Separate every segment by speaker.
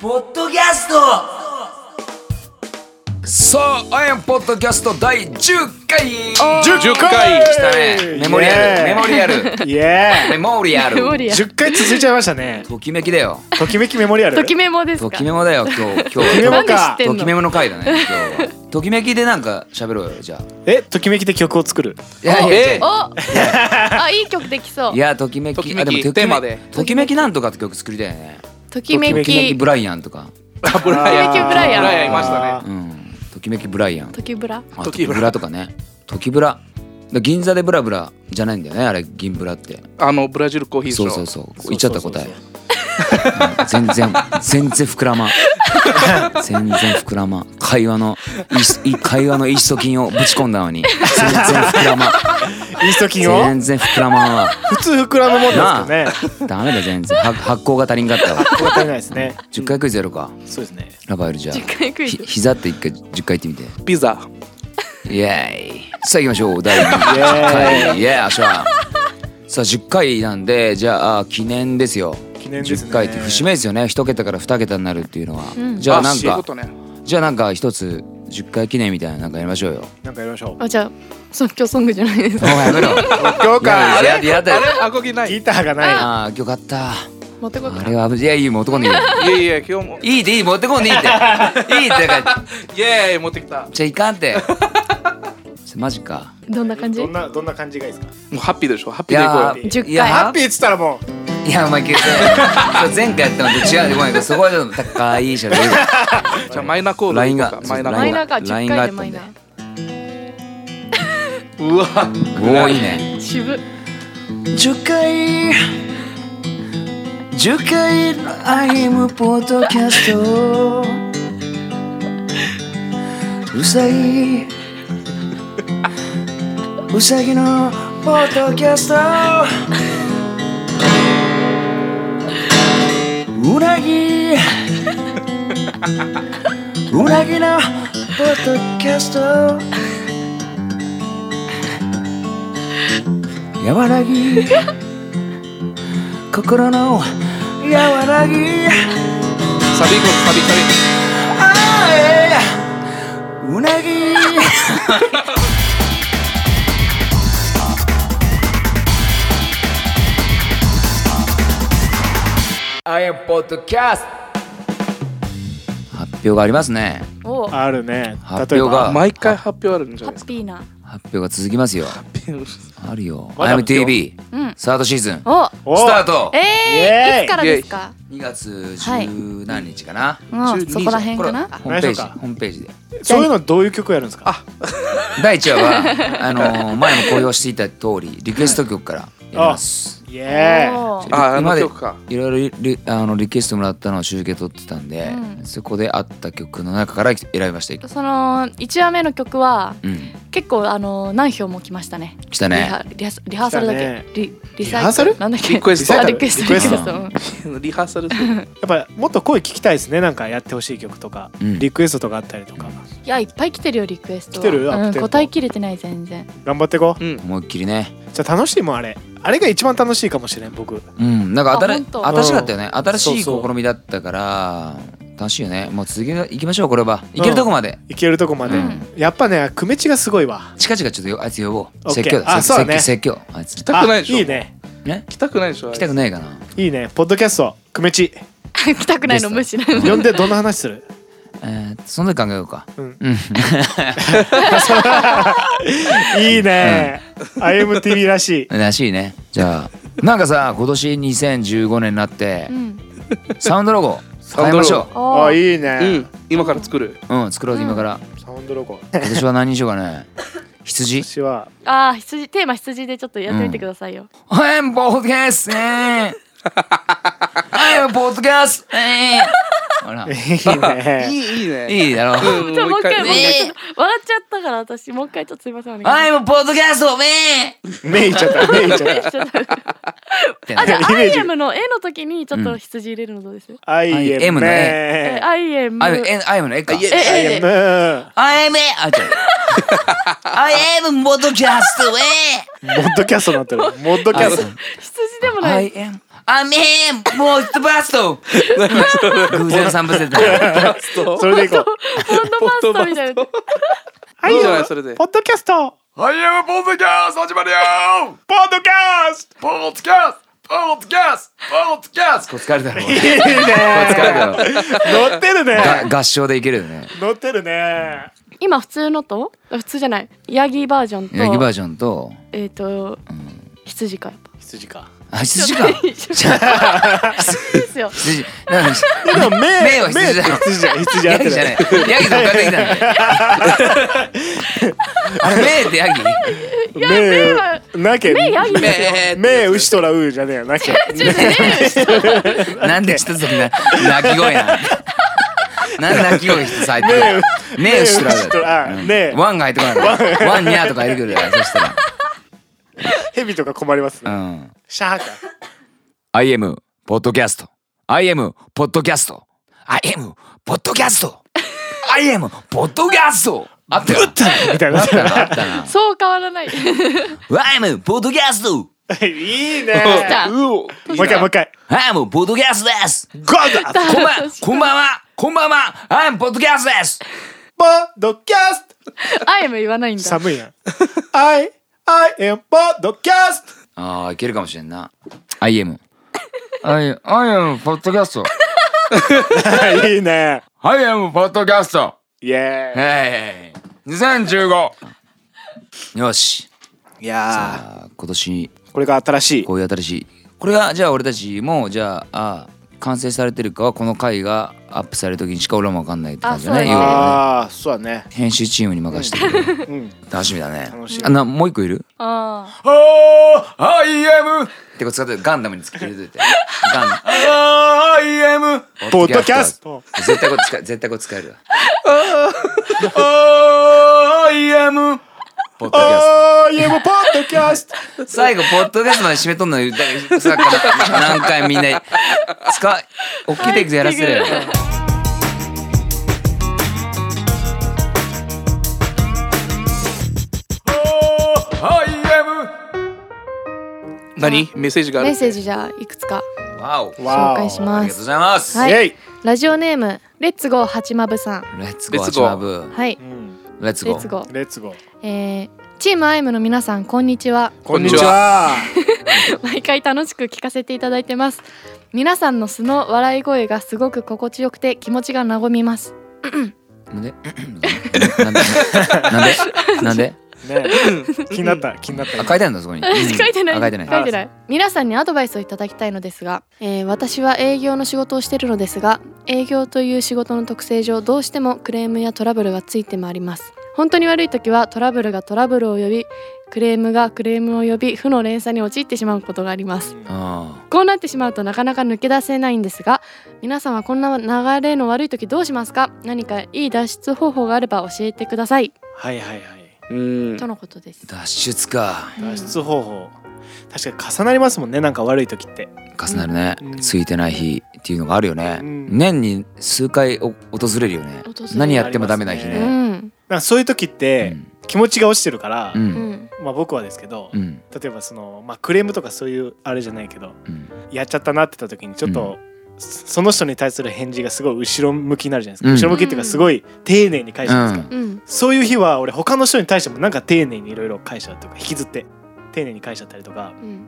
Speaker 1: ポッドキャスト
Speaker 2: さあ、アイアンポッドキャスト第10回
Speaker 3: 10
Speaker 2: 10
Speaker 3: 回
Speaker 2: 来たね。メモリアル、
Speaker 3: イエーイ
Speaker 2: メモリアル、メモリア
Speaker 3: イエ
Speaker 4: メモ
Speaker 2: ル。
Speaker 3: ーイ
Speaker 4: リアル
Speaker 3: 10回続いちゃいましたね
Speaker 2: ときめきだよ。
Speaker 3: ときめきメモリアル
Speaker 4: ときメモです
Speaker 2: と
Speaker 4: か
Speaker 2: きメモだよ、今日。今
Speaker 3: ときメ
Speaker 2: 日。
Speaker 3: モ
Speaker 4: なんで知って
Speaker 2: と
Speaker 4: ん
Speaker 2: き
Speaker 4: の
Speaker 2: メモの回だね、今日は。ときめきでなんか喋ろうよ、じゃあ。
Speaker 3: えときめきで曲を作る
Speaker 2: いやいやいや
Speaker 4: おあいい曲できそう
Speaker 2: いや、ときめき、
Speaker 5: とき
Speaker 2: あも
Speaker 5: めき
Speaker 2: ときめ
Speaker 5: テーマで
Speaker 2: ときめきなんとかって曲作りたいよね。
Speaker 4: ときめ
Speaker 3: と
Speaker 2: ときめき
Speaker 4: き
Speaker 2: ブライアンとか。
Speaker 5: あブライ
Speaker 4: ときめきブライアン
Speaker 5: ブライアンいまし
Speaker 3: ね
Speaker 5: た
Speaker 2: うん。ときめきブライアン。
Speaker 4: ときブラ
Speaker 2: あ
Speaker 5: ときぶら
Speaker 2: ぶらとかね。ときぶら。だ銀座でブラブラじゃないんだよね、あれ、銀ブラって。
Speaker 5: あのブラジルコーヒー
Speaker 2: そ
Speaker 5: の
Speaker 2: うそうそう。言っちゃった答え。うん全然、全然膨らまん。全然膨らまん。会話の、いしい会話のイースト菌をぶち込んだのに、全然膨らまん。
Speaker 3: イースト菌を
Speaker 2: 全然膨らまんわ。
Speaker 3: 普通膨らむもんなんで
Speaker 2: ダメだ、全然。は発酵が足りんかったわ。
Speaker 3: すけどね答えないですね
Speaker 2: 10回クイズやろうか。
Speaker 3: そうですね
Speaker 2: ラバエルじゃあ。
Speaker 4: 10回クイズ
Speaker 2: ひ膝って一回10回言ってみて。
Speaker 5: ピザ
Speaker 2: イエーイ。さあ行きましょう。第2
Speaker 3: イエー
Speaker 2: 回。イエーイ、あっしゃ。さあ10回なんで、じゃあ記念ですよ。
Speaker 3: 記念ですね
Speaker 2: 10回って節目ですよね。1桁から2桁になるっていうのは。
Speaker 4: ん
Speaker 2: じゃあなん
Speaker 5: そうい
Speaker 2: か
Speaker 5: うこ、とね
Speaker 2: じゃあなんか一つ10回記念みたいななんかやりましょうよ。
Speaker 3: なんかやりましょう
Speaker 4: あじゃあ即興ソングじゃないです
Speaker 2: おいやめろ。
Speaker 3: 今日
Speaker 2: や
Speaker 3: か
Speaker 2: だやだやだ
Speaker 5: あれアコギないい
Speaker 3: ギターがない
Speaker 2: ああ、よかった。
Speaker 4: 持ってこい
Speaker 2: あれは、いや、いい、持ってこんでいい。
Speaker 5: やいや今日も
Speaker 2: いいでいい、持ってこんでいいって。い いって、だから、
Speaker 5: イエーイ持ってきたも
Speaker 2: じゃあいかん って。マジか。
Speaker 4: どんな感じ
Speaker 3: どんなどんな感じがいいですか
Speaker 5: うハッピーでしょハッ
Speaker 2: い
Speaker 5: ピーでいこう
Speaker 2: や
Speaker 5: よ
Speaker 2: ー、
Speaker 4: 10回
Speaker 2: いや
Speaker 3: ハッピーっつったらも
Speaker 2: いや、お前、けど、そう前回やったのと違うで、ごめんけど、そこはちょっと高いじゃん。
Speaker 5: じゃあマイナーコード
Speaker 2: ライ
Speaker 5: でい
Speaker 2: ン
Speaker 5: こう
Speaker 2: が
Speaker 5: か、マイナーコ
Speaker 4: ラ
Speaker 5: ー
Speaker 4: インナーか
Speaker 2: ライン
Speaker 4: 10
Speaker 2: があっ
Speaker 4: 回で
Speaker 2: た
Speaker 4: マ
Speaker 2: ん
Speaker 4: イナ
Speaker 2: だよ
Speaker 4: ー。
Speaker 5: ドうわ
Speaker 2: おお、いいね。
Speaker 4: 渋
Speaker 2: 10回10回のアイムポッドキャストうさぎうさぎのポッドキャストうなぎうなぎのポッドキャスト和らぎ心の和らぎ
Speaker 5: サビいこうサビサビ
Speaker 2: あえうなぎ I am podcast 発表がありますね
Speaker 4: お
Speaker 3: う
Speaker 4: ハ
Speaker 3: あるね
Speaker 2: 発
Speaker 3: 例え
Speaker 2: 表
Speaker 3: ば
Speaker 2: が
Speaker 5: 毎回発表あるんじゃないで
Speaker 4: ッピーな
Speaker 2: 発表が続きますよ
Speaker 5: すか
Speaker 2: あるよ
Speaker 3: まだ
Speaker 2: I'm
Speaker 3: 発表
Speaker 2: TV
Speaker 4: うん
Speaker 2: サードシーズン
Speaker 4: お
Speaker 3: お
Speaker 2: スタート
Speaker 4: え
Speaker 3: イエー
Speaker 4: ー
Speaker 3: イ
Speaker 4: いつからですか
Speaker 2: 2月10何日かな
Speaker 4: うんそこら辺
Speaker 2: これ
Speaker 4: か
Speaker 2: ホ
Speaker 4: な
Speaker 2: ームページ
Speaker 3: 来週か
Speaker 2: ホームページで
Speaker 3: そういうのどういう曲やるんですか
Speaker 2: 第1話はあのー前も公表していた通りリクエスト曲からやります。
Speaker 3: イエーイ
Speaker 4: おー
Speaker 5: ああ
Speaker 2: 今ま
Speaker 5: の
Speaker 2: で
Speaker 5: 曲か
Speaker 2: いろいろリあのリクエストもらったのを集計取ってたんで、
Speaker 4: うん
Speaker 2: そこであった曲の中から選びました。
Speaker 4: その1話目の曲は
Speaker 2: うん、
Speaker 4: 結構あの何票も来ましたね
Speaker 2: 来た
Speaker 4: リ
Speaker 2: ね
Speaker 4: ハ。リハリハーサルだっ
Speaker 3: 来たね
Speaker 4: けリリサイ
Speaker 3: リハーサル
Speaker 4: なんだっけ
Speaker 5: リクエスト
Speaker 4: あリクエスト
Speaker 3: リクエ
Speaker 2: スト
Speaker 4: リクエうん
Speaker 5: リハーサルする
Speaker 3: やっぱもっと声聞きたいですねなんかやってほしい曲とか、
Speaker 2: うん
Speaker 3: リクエストとかあったりとか
Speaker 4: いやいっぱい来てるよリクエストは
Speaker 3: 来てるあ
Speaker 4: う
Speaker 3: 来
Speaker 4: ん
Speaker 3: てる
Speaker 4: 答えきれてない全然
Speaker 3: 頑張っていこう
Speaker 5: うん
Speaker 2: 思いっきりね。
Speaker 3: じゃあ楽しいもんあれあれが一番楽しいかもしれん僕
Speaker 2: うん、なんか
Speaker 4: あ
Speaker 2: 新
Speaker 4: 本当
Speaker 2: 新しかったよね。新しい
Speaker 3: そうそう
Speaker 2: 試みだったから楽しいよね。もう続きが行きましょうこれは。行けるとこまで。
Speaker 3: いけるとこまで、
Speaker 4: うん
Speaker 3: やっぱね久米地がすごいわ
Speaker 2: 近々ちょっとよあいつ呼ぼう。
Speaker 3: OK
Speaker 2: 説教だ。
Speaker 3: あそうだね
Speaker 2: 説教説教あいつ
Speaker 5: 来。たくないでしょ
Speaker 3: あいいね
Speaker 2: ね。
Speaker 5: 来たくないでしょ
Speaker 2: 来たくないかな。
Speaker 3: いいねポッドキャスト久米地
Speaker 4: 来たくないの無視なの
Speaker 3: 呼んでどんな話 する
Speaker 2: えー、その時考えようか。
Speaker 3: うん
Speaker 2: うん。
Speaker 3: いいね、IMTV らしい
Speaker 2: らしいねじゃあなんかさ今年2015年になって
Speaker 4: うん
Speaker 2: サウンドロゴ
Speaker 5: サウ
Speaker 2: 変え
Speaker 5: ンドロゴ
Speaker 2: ましょ
Speaker 4: お
Speaker 3: あ
Speaker 4: ー
Speaker 3: いいうね、
Speaker 5: ん今から作る
Speaker 2: ううん作ろうぜ今から
Speaker 3: サウンドロゴ
Speaker 2: 今年は何にしようかね羊
Speaker 3: 私 は
Speaker 4: あー羊テーマ羊でちょっとやってみてくださいよ
Speaker 2: アイムポッドキャストアイムポッドキャストほら
Speaker 3: い
Speaker 2: い
Speaker 3: い
Speaker 5: い
Speaker 3: ね
Speaker 5: いいいね
Speaker 2: いだろ
Speaker 5: うん
Speaker 4: じゃあもう一回もう一
Speaker 5: ね
Speaker 4: 回ちょっと笑っちゃったから私もう一回ちょっとすいませんお願いします
Speaker 2: アイムポッドキャストめ
Speaker 3: 目いっちゃった目いっち ゃっ
Speaker 2: って
Speaker 4: あ、じゃ
Speaker 2: ね
Speaker 4: あ、
Speaker 3: イ
Speaker 4: ア
Speaker 3: メー
Speaker 4: イ
Speaker 3: ジ
Speaker 4: エムの A の時にちょっ
Speaker 2: うん
Speaker 4: と羊入れるのどうです
Speaker 3: た IM ね
Speaker 4: えアイエム。
Speaker 2: アイムえアイムの絵か
Speaker 5: え
Speaker 4: え
Speaker 3: IM
Speaker 2: アイムあ違うアイムポッドキャストめ
Speaker 3: モッドキャストになってるモッドキャスト
Speaker 4: 羊でもな
Speaker 2: ア
Speaker 4: い。
Speaker 2: イエム
Speaker 1: アメンモーストバースト
Speaker 2: 偶然散歩してた
Speaker 5: そう
Speaker 3: それでいこう。
Speaker 4: ポッドバストみたいな。
Speaker 3: はい
Speaker 5: い
Speaker 3: よ
Speaker 5: じゃないそれで
Speaker 3: ポッドキャスト。
Speaker 6: ハイエムポッドキャスト始まるよ
Speaker 3: ポッドキャス
Speaker 6: ポッドキャストポッドキャストポッドキャスト
Speaker 2: 疲れたろ
Speaker 3: ト。いい
Speaker 2: 疲れた
Speaker 3: ね。
Speaker 2: ろ
Speaker 3: 乗ってるね。
Speaker 2: が合唱でいけるよね
Speaker 3: 乗ってるね。
Speaker 4: 今普通のと普通じゃないヤギバージョンと
Speaker 2: ヤギバージョンと
Speaker 4: えっ、と、羊かやっぱ。
Speaker 5: 羊か
Speaker 2: あ羊か
Speaker 4: 一緒ですよ。
Speaker 2: 羊なんか
Speaker 3: でも目
Speaker 2: 目は
Speaker 3: 目
Speaker 2: 羊だよ
Speaker 3: 羊じゃん羊合
Speaker 2: ヤ
Speaker 3: って
Speaker 2: ギじゃない
Speaker 3: る。
Speaker 2: ヤギと浮かんできたんだよあれ目ってヤギ
Speaker 4: いや目は
Speaker 3: 目なけ
Speaker 4: 目ヤギですよ。
Speaker 3: 目牛とらうじゃねえよなけ。
Speaker 4: ちょっとね
Speaker 2: なんで一つだけな鳴き声なんなんで鳴き声一つ入ってる目
Speaker 3: 牛
Speaker 2: 後ろ
Speaker 3: とらう。ね
Speaker 2: ワンが入ってこないのワンニャーとか入ってくるよそしたら
Speaker 3: 蛇とか困ります
Speaker 2: う
Speaker 3: ね。
Speaker 2: ん
Speaker 3: シャーか。
Speaker 2: IM ポッドキャスト IM ポッドキャスト IM ポッドキャスト IM ポッドキャストあったよ
Speaker 3: みたい
Speaker 2: あ
Speaker 3: な
Speaker 2: っ。たなあったな
Speaker 4: そう変わらない。
Speaker 2: IM ポッドキャスト
Speaker 3: いいね。
Speaker 4: た
Speaker 5: うお
Speaker 3: もう一回もう一回。
Speaker 2: IM ポッドキャストです
Speaker 3: ゴーだ。
Speaker 2: こん ばんこんばんはこんばんは IM ポッドキャストです
Speaker 3: ポッドキャスト。
Speaker 4: アイム言わないんだ。
Speaker 3: 寒いやん。I I am ポッドキャスト。
Speaker 2: ああいけるかもしれんな IM I am ポッドキャスト
Speaker 3: いいね。
Speaker 2: I am ポッドキャスト
Speaker 3: イエーイ。
Speaker 2: えい2015よし
Speaker 3: いや
Speaker 2: あー今年
Speaker 3: ーこれが新しい。
Speaker 2: こういう新しいこれがじゃあ俺たちもじゃああー完成されてるかはこの回がアップされる時にしか俺も分かんないって感じだ
Speaker 4: あそ
Speaker 2: ね
Speaker 4: うだね
Speaker 2: 要はね
Speaker 3: ああ、そうだね。
Speaker 2: 編集チームに任せてくれる
Speaker 3: うん。
Speaker 2: 楽しみだね
Speaker 3: 楽しみ
Speaker 2: あなもう一個いる
Speaker 4: あ
Speaker 2: ああ IM ってこう使ってガンダムに作り入れといてガンあー IM
Speaker 3: ポッドキャスト。
Speaker 2: 絶対これ使え絶対これ使えるわあー IM ポッドキャスト
Speaker 3: ああ、いえ、もうポッドキャスト。
Speaker 2: 最後ポッドキャストまで締めとんのにだからさっきから何回みんな使う大きいテイクでやらせるよ
Speaker 5: 何メッセージが
Speaker 4: あ。
Speaker 5: あ
Speaker 4: メッ
Speaker 5: る
Speaker 4: セージじゃあいくつか
Speaker 2: わお
Speaker 3: わ
Speaker 4: 紹介し
Speaker 2: あ
Speaker 4: ま
Speaker 2: りがとうご
Speaker 4: す。
Speaker 2: ざいます
Speaker 4: はい
Speaker 3: イェイ。
Speaker 4: ラジオネームレッツゴー八まぶさん。
Speaker 2: レッツ
Speaker 5: レ
Speaker 2: ゴ
Speaker 5: ッ
Speaker 2: ー
Speaker 5: ツ
Speaker 2: チ
Speaker 5: ゴー
Speaker 2: マブ
Speaker 4: はい。
Speaker 2: レッツ
Speaker 4: レ
Speaker 2: ゴ
Speaker 4: ッツ
Speaker 2: ー
Speaker 4: ゴー。
Speaker 3: レッツゴー。
Speaker 4: えー、チームアイムの皆さんこんにちは。
Speaker 5: こんにち
Speaker 3: は。
Speaker 4: 毎回楽しく聞かせていただいてます皆さんの素の笑い声がすごく心地よくて気持ちが和みます
Speaker 2: なん でなんでなんでなんで
Speaker 3: ねえ気になった、気になった。
Speaker 2: あ書いてあるんだそこ に書
Speaker 4: 書いてない
Speaker 2: 書いてない
Speaker 4: 書いてない皆さんにアドバイスをいただきたいのですが、えー私は営業の仕事をしているのですが営業という仕事の特性上どうしてもクレームやトラブルがついてまいります本当に悪い時はトラブルがトラブルを呼びクレームがクレームを呼び負の連鎖に陥ってしまうことがあります
Speaker 2: あ
Speaker 4: こうなってしまうとなかなか抜け出せないんですが皆さんはこんな流れの悪い時どうしますか何かいい脱出方法があれば教えてください、
Speaker 3: はいはいはい。
Speaker 5: うん
Speaker 4: とのことです
Speaker 2: ー脱出か
Speaker 3: 脱出方法。確かに重なりますもんね、なんか悪い時って。
Speaker 2: 重なるね、
Speaker 3: うん
Speaker 2: ついてない日っていうのがあるよね、
Speaker 3: うん
Speaker 2: 年に数回お訪れるよね
Speaker 4: 訪れる
Speaker 2: 何やってもダメな日
Speaker 3: う
Speaker 4: う
Speaker 2: ね
Speaker 4: ん
Speaker 3: なんかそういう時って、気持ちが落ちてるから
Speaker 2: う、ん
Speaker 4: う
Speaker 2: うん
Speaker 4: ん
Speaker 3: まあ僕はですけど
Speaker 2: う、ん
Speaker 3: 例えばその、まあクレームとかそういうあれじゃないけど、
Speaker 2: うん
Speaker 3: やっちゃったなってた時にちょっと、そその人に対する返事がすごい後ろ向きになるじゃないですか、
Speaker 2: うん
Speaker 3: 後ろ向きっていうかすごい丁寧に返すじゃないですか、
Speaker 4: うん
Speaker 3: そういう日は俺他の人に対してもなんか丁寧にいろいろ返しちゃうとか引きずって丁寧に返しちゃったりとか、
Speaker 4: うん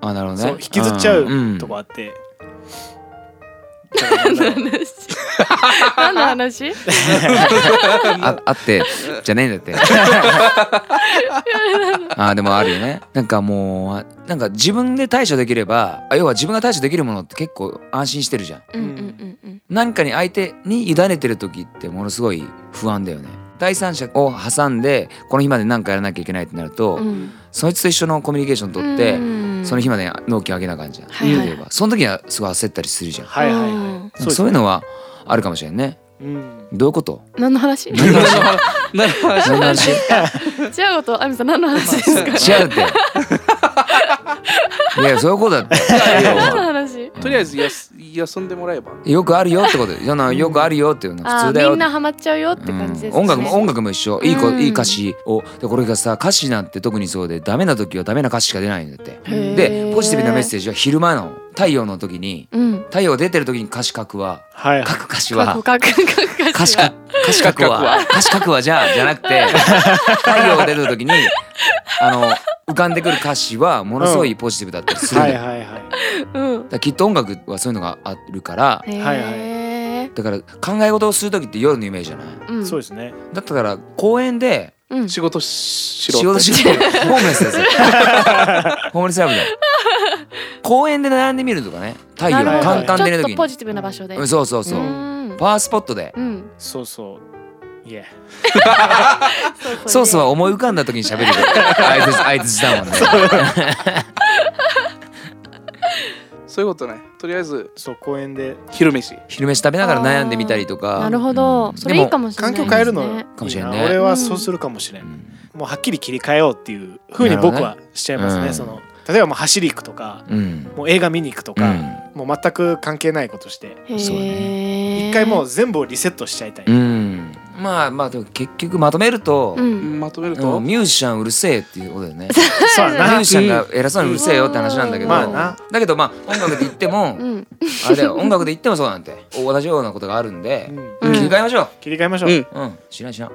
Speaker 2: あなるほど
Speaker 3: そ
Speaker 2: ね
Speaker 3: う引きずっちゃうとこ
Speaker 2: か
Speaker 3: あって、 だからなんだろう
Speaker 4: 何の話いや
Speaker 2: あ あってじゃねえんだ ってあでもあるよねなんかもうなんか自分で対処できればあ要は自分が対処できるものって結構安心してるじゃん
Speaker 4: うんうんうん
Speaker 2: 何かに相手に委ねてる時ってものすごい不安だよね第三者を挟んでこの日まで何かやらなきゃいけないってなると、
Speaker 4: うんうん
Speaker 2: そいつと一緒のコミュニケーション取って、
Speaker 4: うん
Speaker 2: その日まで納期を上げなあかんじゃん、
Speaker 4: はいはい
Speaker 2: 例えばその時はすごい焦ったりするじゃん、
Speaker 3: はいはい
Speaker 4: うん
Speaker 3: はい
Speaker 2: そういうのはあるかもしれんね
Speaker 3: うん
Speaker 2: どういうこと
Speaker 4: 何の話
Speaker 2: 何の話
Speaker 5: 何の話
Speaker 2: 何の話
Speaker 4: チアゴとアミさん何の 話ですか
Speaker 2: 違うっていやそういうことだって
Speaker 4: 何の話い
Speaker 5: とりあえずやす休んでもらえば
Speaker 2: よくあるよってことそのよくあるよっていうの
Speaker 4: あ
Speaker 2: 普
Speaker 4: ー
Speaker 2: 通だよ
Speaker 4: み
Speaker 2: っ
Speaker 4: ん
Speaker 2: て
Speaker 4: なハマっちゃうよって感じですね、
Speaker 2: うん、音楽も音楽も一緒いい子、
Speaker 4: うん
Speaker 2: いい歌詞をでこれがさ歌詞なんて特にそうでダメな時はダメな歌詞しか出ないんだって
Speaker 4: へー
Speaker 2: でポジティブなメッセージは昼間の太陽の時に
Speaker 4: うん
Speaker 2: 太陽出てる時に歌詞書くは
Speaker 3: はい
Speaker 2: 書く歌詞
Speaker 4: 過
Speaker 2: は
Speaker 4: 去過去過去
Speaker 2: 歌詞か歌詞書くは歌詞書くはじゃあじゃなくて太陽が出た時にあの浮かんでくる歌詞はものすごいポジティブだったりするん
Speaker 3: は
Speaker 2: だ
Speaker 3: い
Speaker 2: よだか
Speaker 3: はいはい
Speaker 4: うん
Speaker 2: らきっと音楽はそういうのがあるから
Speaker 4: へえ、
Speaker 3: はい
Speaker 2: だから考え事をする時って夜のイメージじゃない
Speaker 4: うん、
Speaker 3: そうですね
Speaker 2: だったから公園で
Speaker 4: うん、
Speaker 5: 仕事しろ
Speaker 2: 仕事しろホームレスですよホームレスラブだよ公園で並んでみるとかね太陽
Speaker 4: なるほ
Speaker 2: が
Speaker 4: ど
Speaker 2: 簡単でる
Speaker 4: ちょっ
Speaker 2: 時
Speaker 4: とポ
Speaker 2: に
Speaker 4: ジティブな場所で
Speaker 2: うんそうそうそううんパワースポットで
Speaker 4: うん
Speaker 3: そうそういえ
Speaker 2: ソースは思い浮かんだ時に喋るよ相手相手したもんね
Speaker 5: そういうことねとりあえず
Speaker 3: そう公園で
Speaker 5: 昼飯
Speaker 2: 昼飯食べながら悩んでみたりとか
Speaker 4: なるほど、
Speaker 2: うん
Speaker 4: それいいかもしれない
Speaker 3: 環境
Speaker 4: です、ね、
Speaker 3: 変えるのいいな
Speaker 2: かもしれんね
Speaker 3: 俺はそうするかもしれん、もうはっきり切り替えようっていうふうに僕はしちゃいますね
Speaker 2: なるほ
Speaker 3: そ
Speaker 2: ど
Speaker 3: の例えばもう走り行くとか
Speaker 2: うんうん
Speaker 3: もう映画見に行くと
Speaker 2: う
Speaker 3: か、もう全く関係ないことして
Speaker 4: へえ
Speaker 2: そうだ
Speaker 3: 一回もう全部をリセットしちゃいたい、
Speaker 2: んうんまあまあでも結局まとめると
Speaker 4: う、ん
Speaker 5: まとめる
Speaker 2: う
Speaker 5: と
Speaker 2: んミュージシャンうるせえっていうことだよね
Speaker 3: そう
Speaker 2: ミ
Speaker 3: やな
Speaker 2: ュージシャンが偉そうにうるせえよって話なんだけど、
Speaker 3: うんまあな
Speaker 2: だけどまあ音楽で言っても、
Speaker 4: うん
Speaker 2: あれだよ音楽で言ってもそうなんてお同じようなことがあるんで、
Speaker 3: うん
Speaker 4: うん
Speaker 2: 切り替えましょう
Speaker 3: 切り替えましょう、
Speaker 5: うん
Speaker 2: うんしないしない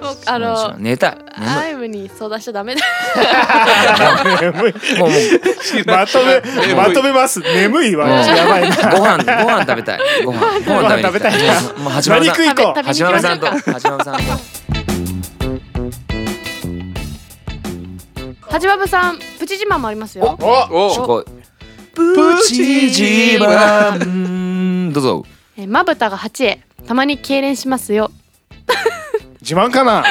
Speaker 4: もうあ
Speaker 2: しない
Speaker 4: の
Speaker 2: 寝たい
Speaker 4: アイムに相談しちゃ ダメだ
Speaker 3: 眠い
Speaker 2: 眠いもうもう
Speaker 3: まと
Speaker 5: い
Speaker 3: めまとめます眠いわ、
Speaker 2: うん
Speaker 3: やばいな
Speaker 2: ご飯ご飯食べたいご飯ご飯食べに行き
Speaker 3: ご飯食べ
Speaker 2: もうもう始まる
Speaker 3: 何
Speaker 2: さん
Speaker 3: 食い行こう
Speaker 4: 食べ
Speaker 2: 橋
Speaker 4: に行
Speaker 2: 丸
Speaker 4: きまし
Speaker 2: さ
Speaker 4: ょう
Speaker 2: と橋丸
Speaker 4: んか
Speaker 2: さんと
Speaker 4: はじまぶさんプチ自慢もありますよ
Speaker 5: お
Speaker 2: ちょ
Speaker 5: お
Speaker 2: こプチ自慢どうぞ
Speaker 4: えーまぶたが8へたまに痙攣しますよ
Speaker 3: 自慢かな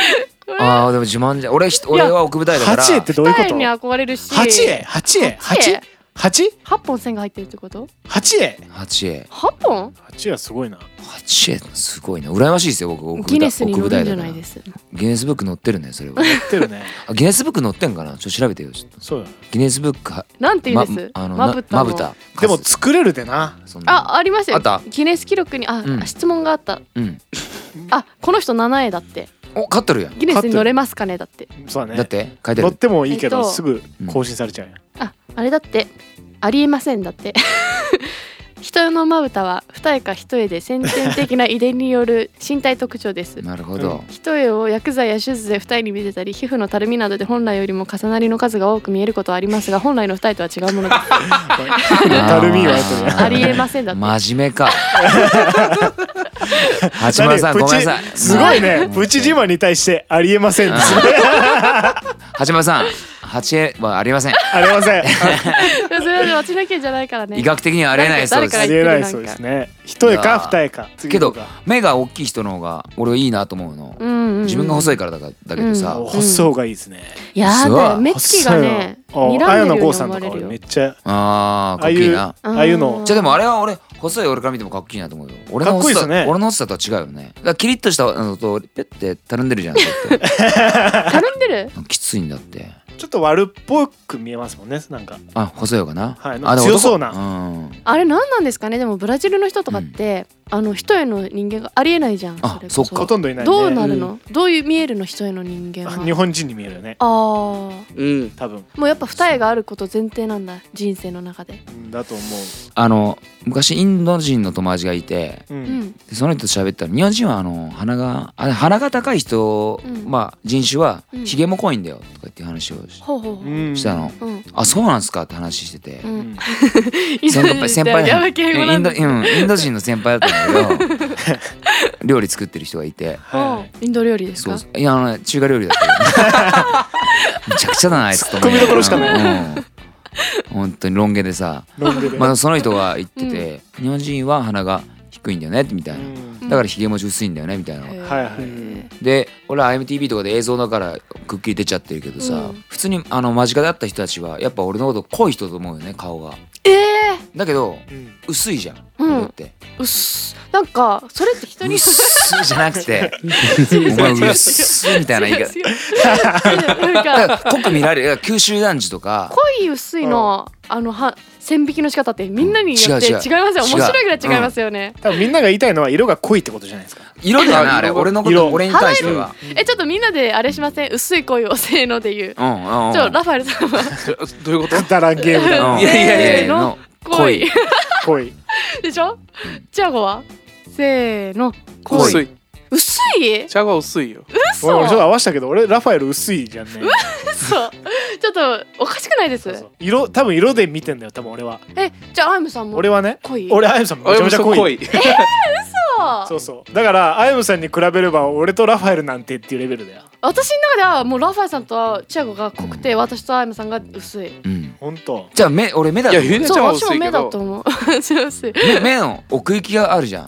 Speaker 2: ああでも自慢じゃ俺ひ俺は奥舞台だから
Speaker 3: 八円ってどういうこ
Speaker 4: 二
Speaker 3: と
Speaker 4: 重に憧れるし
Speaker 3: 八円八円
Speaker 4: 八
Speaker 3: 八
Speaker 4: 重
Speaker 3: 円八
Speaker 4: 8本線が入ってるってこと
Speaker 3: 八円
Speaker 2: 八重
Speaker 4: 8本
Speaker 3: 八円すごいな
Speaker 2: 八重すごいね羨ましいですよ僕奥舞台
Speaker 4: ギネスに乗
Speaker 2: 奥舞台
Speaker 4: るんじ
Speaker 2: だ
Speaker 4: ゃ
Speaker 2: か
Speaker 4: な
Speaker 2: ら
Speaker 4: いです
Speaker 2: ギネスブック載ってるねそれは
Speaker 3: 言ってるね
Speaker 2: あギネスブック載ってんかなちょっと調べてよちょっと
Speaker 3: そうよ
Speaker 2: ギネスブックは
Speaker 4: なんて言うんです
Speaker 2: まあの
Speaker 4: まぶた
Speaker 2: な
Speaker 4: の
Speaker 2: まぶた
Speaker 3: でも作れるでな
Speaker 2: そんな
Speaker 4: あありました
Speaker 2: あった
Speaker 4: よギネス記録にあ
Speaker 2: うん
Speaker 4: 質問があった
Speaker 2: うん
Speaker 4: あこの人7へだって
Speaker 2: お勝っとるやん
Speaker 4: ギネスに乗れますかねだって
Speaker 3: そうだ
Speaker 2: だっ
Speaker 3: ね
Speaker 2: て書いてあ
Speaker 3: 乗っ
Speaker 2: る
Speaker 3: てもいいけど、
Speaker 4: えっと
Speaker 3: すぐ更新されちゃうよ、
Speaker 4: ああれだってありえませんだって 人のまぶたは二重か一重で先天的な遺伝による身体特徴です
Speaker 2: なるほど
Speaker 4: 一重を薬剤や手術で二重に見せたり皮膚のたるみなどで本来よりも重なりの数が多く見えることはありますが本来の二重とは違うものです
Speaker 3: たるみは後で
Speaker 2: あー
Speaker 4: ありえませんだって
Speaker 2: 真面目 か八丸さん
Speaker 3: 何
Speaker 2: ごめ
Speaker 3: プ
Speaker 2: ん
Speaker 3: チ
Speaker 2: なさい
Speaker 3: すごいねプチ自慢に対してありえませんですね
Speaker 2: 八丸さん八重はありません
Speaker 3: ありません
Speaker 4: それは落ちなきゃじゃないからね
Speaker 2: 医学的にはありえないそうで
Speaker 4: 誰
Speaker 3: あ
Speaker 4: か
Speaker 2: す
Speaker 3: りえないそうですね一重か二重か
Speaker 2: けど目が大きい人の方が俺はいいなと思うの
Speaker 4: うんうんうん
Speaker 2: 自分が細いからだかだけどさ
Speaker 4: うん
Speaker 3: 細す方がいいですね
Speaker 4: いや
Speaker 2: す
Speaker 4: ー
Speaker 2: ごい
Speaker 4: だよ目つきがね睨
Speaker 3: 細
Speaker 4: ん
Speaker 3: い
Speaker 4: で
Speaker 3: のあ綾野
Speaker 4: るよう
Speaker 3: 剛
Speaker 4: に
Speaker 3: さん
Speaker 4: 思わ
Speaker 3: とか
Speaker 4: れる
Speaker 3: 俺
Speaker 4: よ
Speaker 3: めっちゃ
Speaker 2: あー
Speaker 3: あ
Speaker 2: か
Speaker 3: あ
Speaker 2: っ
Speaker 3: い
Speaker 2: こいいうな
Speaker 3: ああいうの
Speaker 2: じゃあでもあれは俺細い俺から見てもかっこいいなと思うよ俺の
Speaker 3: かっこい
Speaker 2: 細さ
Speaker 3: いですね
Speaker 2: 俺の細さとは違うよねだからキリッとしたのとペッてたるんでるじゃんそれって
Speaker 4: たるんでる
Speaker 2: きついんだって
Speaker 3: ちょっと悪っぽく見えますもんねなんか
Speaker 2: あ細い方かな、
Speaker 3: はい
Speaker 2: あでも
Speaker 3: 強そうな
Speaker 2: 男うん
Speaker 4: あれ何なんですかねでもブラジルの人とかって、あの一重の人間がありえないじゃん
Speaker 2: あ
Speaker 4: れこ
Speaker 2: そっか
Speaker 3: ほとんどいないね
Speaker 4: どうなるの、どういう見えるの一重の人間
Speaker 3: あ
Speaker 4: は
Speaker 3: 日本人に見えるよね
Speaker 4: あー
Speaker 5: うん
Speaker 3: 多分
Speaker 4: もうやっぱ二重があること前提なんだ人生の中で
Speaker 3: うんだと思
Speaker 2: あの昔インド人の友達がいて
Speaker 3: うう
Speaker 4: うんん
Speaker 2: でその人と喋ったら日本人はあの鼻があ鼻が高い人、
Speaker 4: うん
Speaker 2: まあ人種は
Speaker 4: うん
Speaker 2: ひげも濃いんだよとかっていう話をし,、
Speaker 4: ほうほうほう
Speaker 3: うん
Speaker 2: たの、
Speaker 4: うん
Speaker 2: あそうなんすかって話してて、
Speaker 4: う
Speaker 3: うんん
Speaker 2: 先輩先輩
Speaker 4: や
Speaker 2: な
Speaker 4: ばい敬語
Speaker 2: イ
Speaker 4: なん
Speaker 2: ンド
Speaker 4: だ
Speaker 2: うんインド人の先輩だったんだけど 料理作ってる人がいて
Speaker 3: は
Speaker 4: うんインド料理です
Speaker 2: そう
Speaker 4: か
Speaker 2: そういやあのね中華料理だったよむちゃくちゃだなあいつと思いながら
Speaker 3: ツッコミどころしか
Speaker 2: うんうん本当にロン毛でさ、
Speaker 3: いロングで
Speaker 2: まあ、その人が言ってて、日本人は鼻が低いんだよねみた
Speaker 3: う
Speaker 2: いな、
Speaker 3: ん
Speaker 2: だからひげもち薄いんだよねみたいな、
Speaker 4: へー
Speaker 3: はいはい
Speaker 4: うん
Speaker 2: で俺は IMTV とかで映像だからくっきり出ちゃってるけどさ、
Speaker 4: うん
Speaker 2: 普通にあの間近で会った人たちはやっぱ俺のこと濃い人と思うよね顔が
Speaker 4: えー
Speaker 2: だけど
Speaker 3: うん
Speaker 2: 薄いじゃん、
Speaker 4: うん
Speaker 2: 俺って
Speaker 4: うっすなんかそれって人
Speaker 2: う
Speaker 4: に
Speaker 2: っすじゃなく てお前うっすみたいな言い方
Speaker 4: 違う違う な
Speaker 2: だ
Speaker 4: んか
Speaker 2: から濃く見られるいや九州男児とか
Speaker 4: 濃い薄いの、あのは線引きの仕方ってみんなによって違
Speaker 2: 違違う
Speaker 4: いうますよ
Speaker 2: 違う
Speaker 4: 面白いぐらい違いますよね、
Speaker 3: 多分みんなが言いたいのは色が濃いってことじゃないです か。
Speaker 2: 色だよなあれ
Speaker 5: 色
Speaker 2: 俺のこと
Speaker 3: 色
Speaker 2: 俺に対しては
Speaker 4: えちょっとみんなであれしません薄い恋をせーので言う、
Speaker 2: うんうんうん
Speaker 4: ちょラファエルさんは
Speaker 5: ちょどういうこと
Speaker 3: くだらんゲームだな。
Speaker 2: うん
Speaker 5: いやいや
Speaker 4: せ
Speaker 5: いや
Speaker 4: ーの
Speaker 2: 濃い
Speaker 4: 恋
Speaker 3: 濃い。
Speaker 4: でしょチアゴはせーの
Speaker 2: 濃い
Speaker 5: 薄い
Speaker 4: 薄い
Speaker 5: 茶が薄いよ
Speaker 3: 俺
Speaker 4: 嘘
Speaker 3: 俺ちょっと
Speaker 4: 嘘
Speaker 3: 合わせたけど、俺ラファエル薄いじゃんね。
Speaker 4: ちょっとおかしくないです
Speaker 3: そうそう色多分色で見てんだよ。多分俺は。
Speaker 4: えじゃあアイムさんも
Speaker 3: 俺はね。
Speaker 4: 恋
Speaker 3: 俺あやむさんめちゃめちゃ
Speaker 5: 俺もそう
Speaker 3: 濃い。
Speaker 5: い
Speaker 4: 嘘
Speaker 3: そうそう。だからあやむさんに比べれば俺とラファエルなんてっていうレベルだよ。
Speaker 4: 私の中ではもうラファエルさんとチアゴが濃くて私とアイムさんが薄い
Speaker 2: うん
Speaker 3: 本当。
Speaker 2: じゃあ目俺目だ
Speaker 5: い
Speaker 2: と
Speaker 5: や
Speaker 2: 思う
Speaker 5: ゆねち
Speaker 4: そ
Speaker 5: ゃ
Speaker 4: うん
Speaker 5: は
Speaker 4: 私
Speaker 5: 薄
Speaker 4: も
Speaker 5: い
Speaker 4: 目
Speaker 5: け
Speaker 4: だ
Speaker 5: ど
Speaker 4: と思う 私は 薄い
Speaker 2: 目目の奥行きがあるじゃん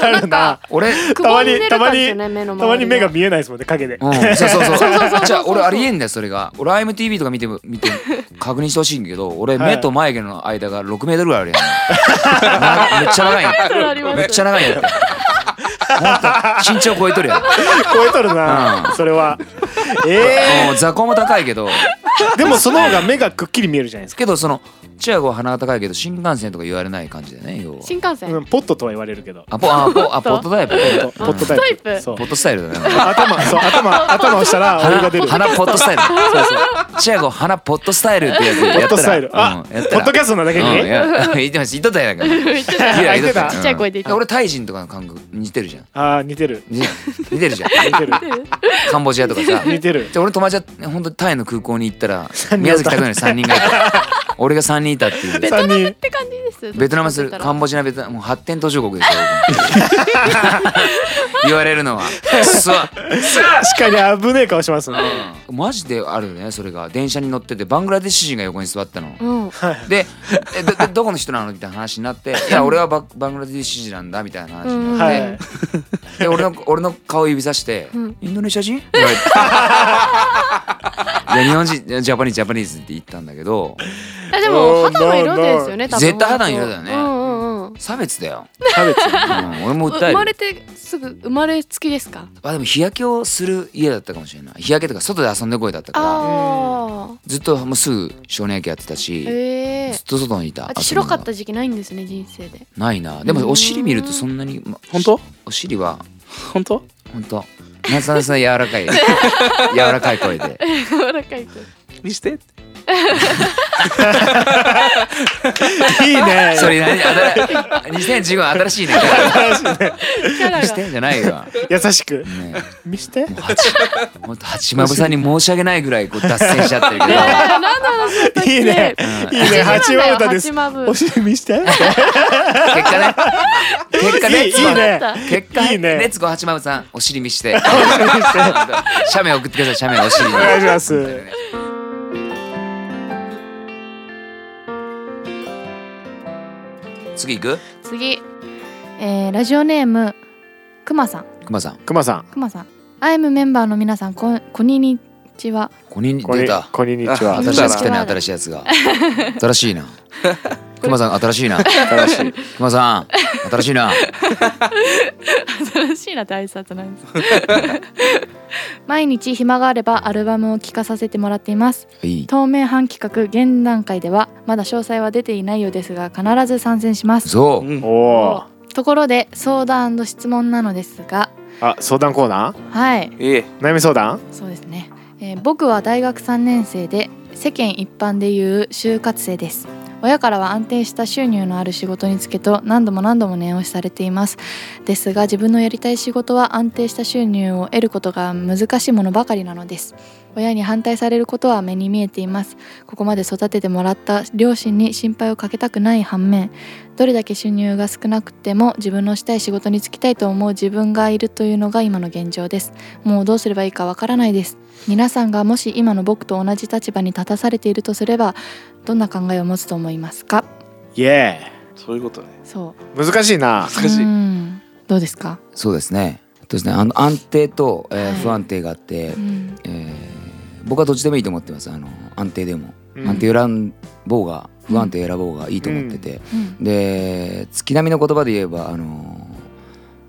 Speaker 3: あるな。
Speaker 2: 俺
Speaker 4: くぼんでる感じですよね目の周り
Speaker 3: たまに目が
Speaker 4: が
Speaker 3: 見えないですもんね影で。
Speaker 2: うん、そうそうそう
Speaker 4: そうそうそうそう
Speaker 2: じゃあ俺ありえんだよそれが俺 IMTV とか見ても見て確認してほしいんだけど俺
Speaker 3: はい
Speaker 2: 目と眉毛の間が6メートルぐらいあるやんなめっちゃ長い
Speaker 4: メートルあり
Speaker 2: や
Speaker 4: ま
Speaker 2: ん
Speaker 4: す
Speaker 2: めっちゃ長いやんほんと身長超えとるやん
Speaker 3: 超えとるな。
Speaker 2: う
Speaker 3: それ は。え
Speaker 2: もう座高も高いけど
Speaker 3: え。でもその方が目がくっきり見えるじゃないですか。
Speaker 2: けどそのチアゴは鼻が高いけど新幹線とか言われない感じだ よね要は
Speaker 4: 新幹線、
Speaker 3: うんポットとは言われるけど。
Speaker 2: あポあポあポ
Speaker 4: ポッ
Speaker 2: ットタイプ
Speaker 3: ポットタイ
Speaker 4: ポットタイ
Speaker 3: プ。
Speaker 4: プ
Speaker 3: そう
Speaker 2: ポットスタイルだね
Speaker 3: 頭そう頭頭をしたら俺が出
Speaker 2: 鼻
Speaker 3: る。
Speaker 2: 鼻ポット スタイルチアゴ鼻ポットスタイルってやつやったら
Speaker 3: ポットスタイルあ
Speaker 2: うんやった
Speaker 3: ポ
Speaker 2: ら
Speaker 3: ッドキャストなだけに
Speaker 2: うんい
Speaker 3: ね。
Speaker 2: や 言ってました言っとったや んか
Speaker 4: 言ってた
Speaker 2: いや
Speaker 3: 言ってた
Speaker 2: うん
Speaker 4: ちっちゃい声で言ってた
Speaker 2: 俺タイ人とかの感覚似てるじゃん
Speaker 3: ああ似てる
Speaker 2: 似てる似てるじ ゃん
Speaker 3: 似てる
Speaker 2: カンボジアとかさ
Speaker 3: 似てる。
Speaker 2: で俺友達は本当タイの空港に行ったら
Speaker 3: 人
Speaker 2: 宮崎拓哉に3人がい た俺が3人いたっていう
Speaker 4: ベトナム
Speaker 3: 三
Speaker 4: っ
Speaker 3: 人
Speaker 4: て感じですよ
Speaker 2: ベトナムする
Speaker 4: どっち
Speaker 2: カ
Speaker 4: か
Speaker 2: ンボジアベトナムもう発展途上国ですよ 言われるのはそう
Speaker 3: 確かに危ねえ顔しますね。
Speaker 2: マジであるよねそれが電車に乗っててバングラデシュ人が横に座ったの
Speaker 4: と言ったら
Speaker 2: でえどどどこの人なのみたいな話になって「いや俺はババングラデシュ人なんだ」みたいな話になって
Speaker 4: うん
Speaker 3: はい。
Speaker 2: で俺の俺の顔指さして、
Speaker 4: うん
Speaker 2: インドネシア 人って言われていや日本人ジャパニーズジャパニーズって言ったんだけど
Speaker 4: うんえでも肌の色ですよね多分
Speaker 2: 絶対肌の色だよね
Speaker 4: うんうんうん
Speaker 2: 差別だよ、
Speaker 3: 差別。
Speaker 2: うん、俺も訴
Speaker 4: 生
Speaker 2: え
Speaker 4: ま
Speaker 2: る
Speaker 4: れてすぐ生まれつきですか
Speaker 2: あでも日焼けをする家だったかもしれない日焼けとか外で遊んでこいだったから
Speaker 4: ああ
Speaker 2: ずっともうすぐ少年野球やってたし、
Speaker 4: ええ
Speaker 2: ずっと外にいた
Speaker 4: あじゃあ白かっ
Speaker 2: 遊んで
Speaker 4: た時期ないんですね人生で
Speaker 2: たないなでもお尻見るとそんなに、ま
Speaker 5: 本当
Speaker 2: お尻は
Speaker 5: 本当
Speaker 2: 本当なさなさ柔らか い柔らかい声で
Speaker 4: 柔らかい声
Speaker 5: にして
Speaker 3: いいね。
Speaker 2: それ何あたら2015新しいね
Speaker 4: キャ ラ
Speaker 2: し
Speaker 4: が
Speaker 2: てんじゃないよ、
Speaker 3: 優しく
Speaker 2: ねえ
Speaker 3: 見して。
Speaker 2: もう八もっと八幡さんに申し訳ないぐらいこう脱線しちゃってるけど、
Speaker 4: 何の話だったっけ
Speaker 3: いいね
Speaker 2: うん
Speaker 3: いいね。八幡歌です
Speaker 4: 八。幡
Speaker 3: お尻見して。
Speaker 2: 結果ね結果ね
Speaker 3: いいいいね。
Speaker 2: 結果
Speaker 3: いいね
Speaker 2: レッツゴー八幡さんお尻見して写メ送ってください写メお尻に
Speaker 3: お願いします
Speaker 2: 本当にね次行く
Speaker 4: 次、えー、ラジオネームくまさん
Speaker 2: くまさん
Speaker 3: くまさん。
Speaker 4: くまさんアイムメンバーの皆さんこんこんにちは
Speaker 2: これに
Speaker 3: こん
Speaker 2: 出
Speaker 3: に
Speaker 2: た
Speaker 3: こんにちは
Speaker 5: あ。
Speaker 2: 新しいやつ来たね
Speaker 4: こんに
Speaker 2: 新
Speaker 4: ちは
Speaker 2: しいやつが新しいなくまさん新しいな新しいくまさん新しいな
Speaker 4: 新しいなって挨拶ないです 毎日暇があればアルバムを聴かさせてもらっています
Speaker 2: いい
Speaker 4: 透明版企画現段階ではまだ詳細は出ていないようですが必ず参戦します
Speaker 2: そううん
Speaker 3: おおー。
Speaker 4: ところで相談質問なのですが
Speaker 3: あ相談コーナー？
Speaker 4: はい
Speaker 5: ええ
Speaker 3: 悩み相談？
Speaker 4: そうですね、えー僕は大学3年生で世間一般でいう就活生です親からは安定した収入のある仕事につけと何度も何度も念押しされていますですが自分のやりたい仕事は安定した収入を得ることが難しいものばかりなのです親に反対されることは目に見えていますここまで育ててもらった両親に心配をかけたくない反面どれだけ収入が少なくても自分のしたい仕事に就きたいと思う自分がいるというのが今の現状ですもうどうすればいいかわからないです皆さんがもし今の僕と同じ立場に立たされているとすればどんな考えを持つと思いますか
Speaker 3: イエ
Speaker 5: そういうことね
Speaker 4: そ
Speaker 3: ーイ。難しいな。
Speaker 4: う
Speaker 5: 難し
Speaker 4: う
Speaker 5: い
Speaker 4: んどうですか、
Speaker 2: そうですね。そうですね。あの安定と、えー
Speaker 4: はい
Speaker 2: 不安定があって、
Speaker 4: うん
Speaker 2: えー僕はどっちでもいいと思ってます。あの安定でも、
Speaker 3: うん
Speaker 2: 安定選ぼうが不安定選ぼうがいいと思ってて、
Speaker 4: うん
Speaker 2: で月並みの言葉で言えばあのー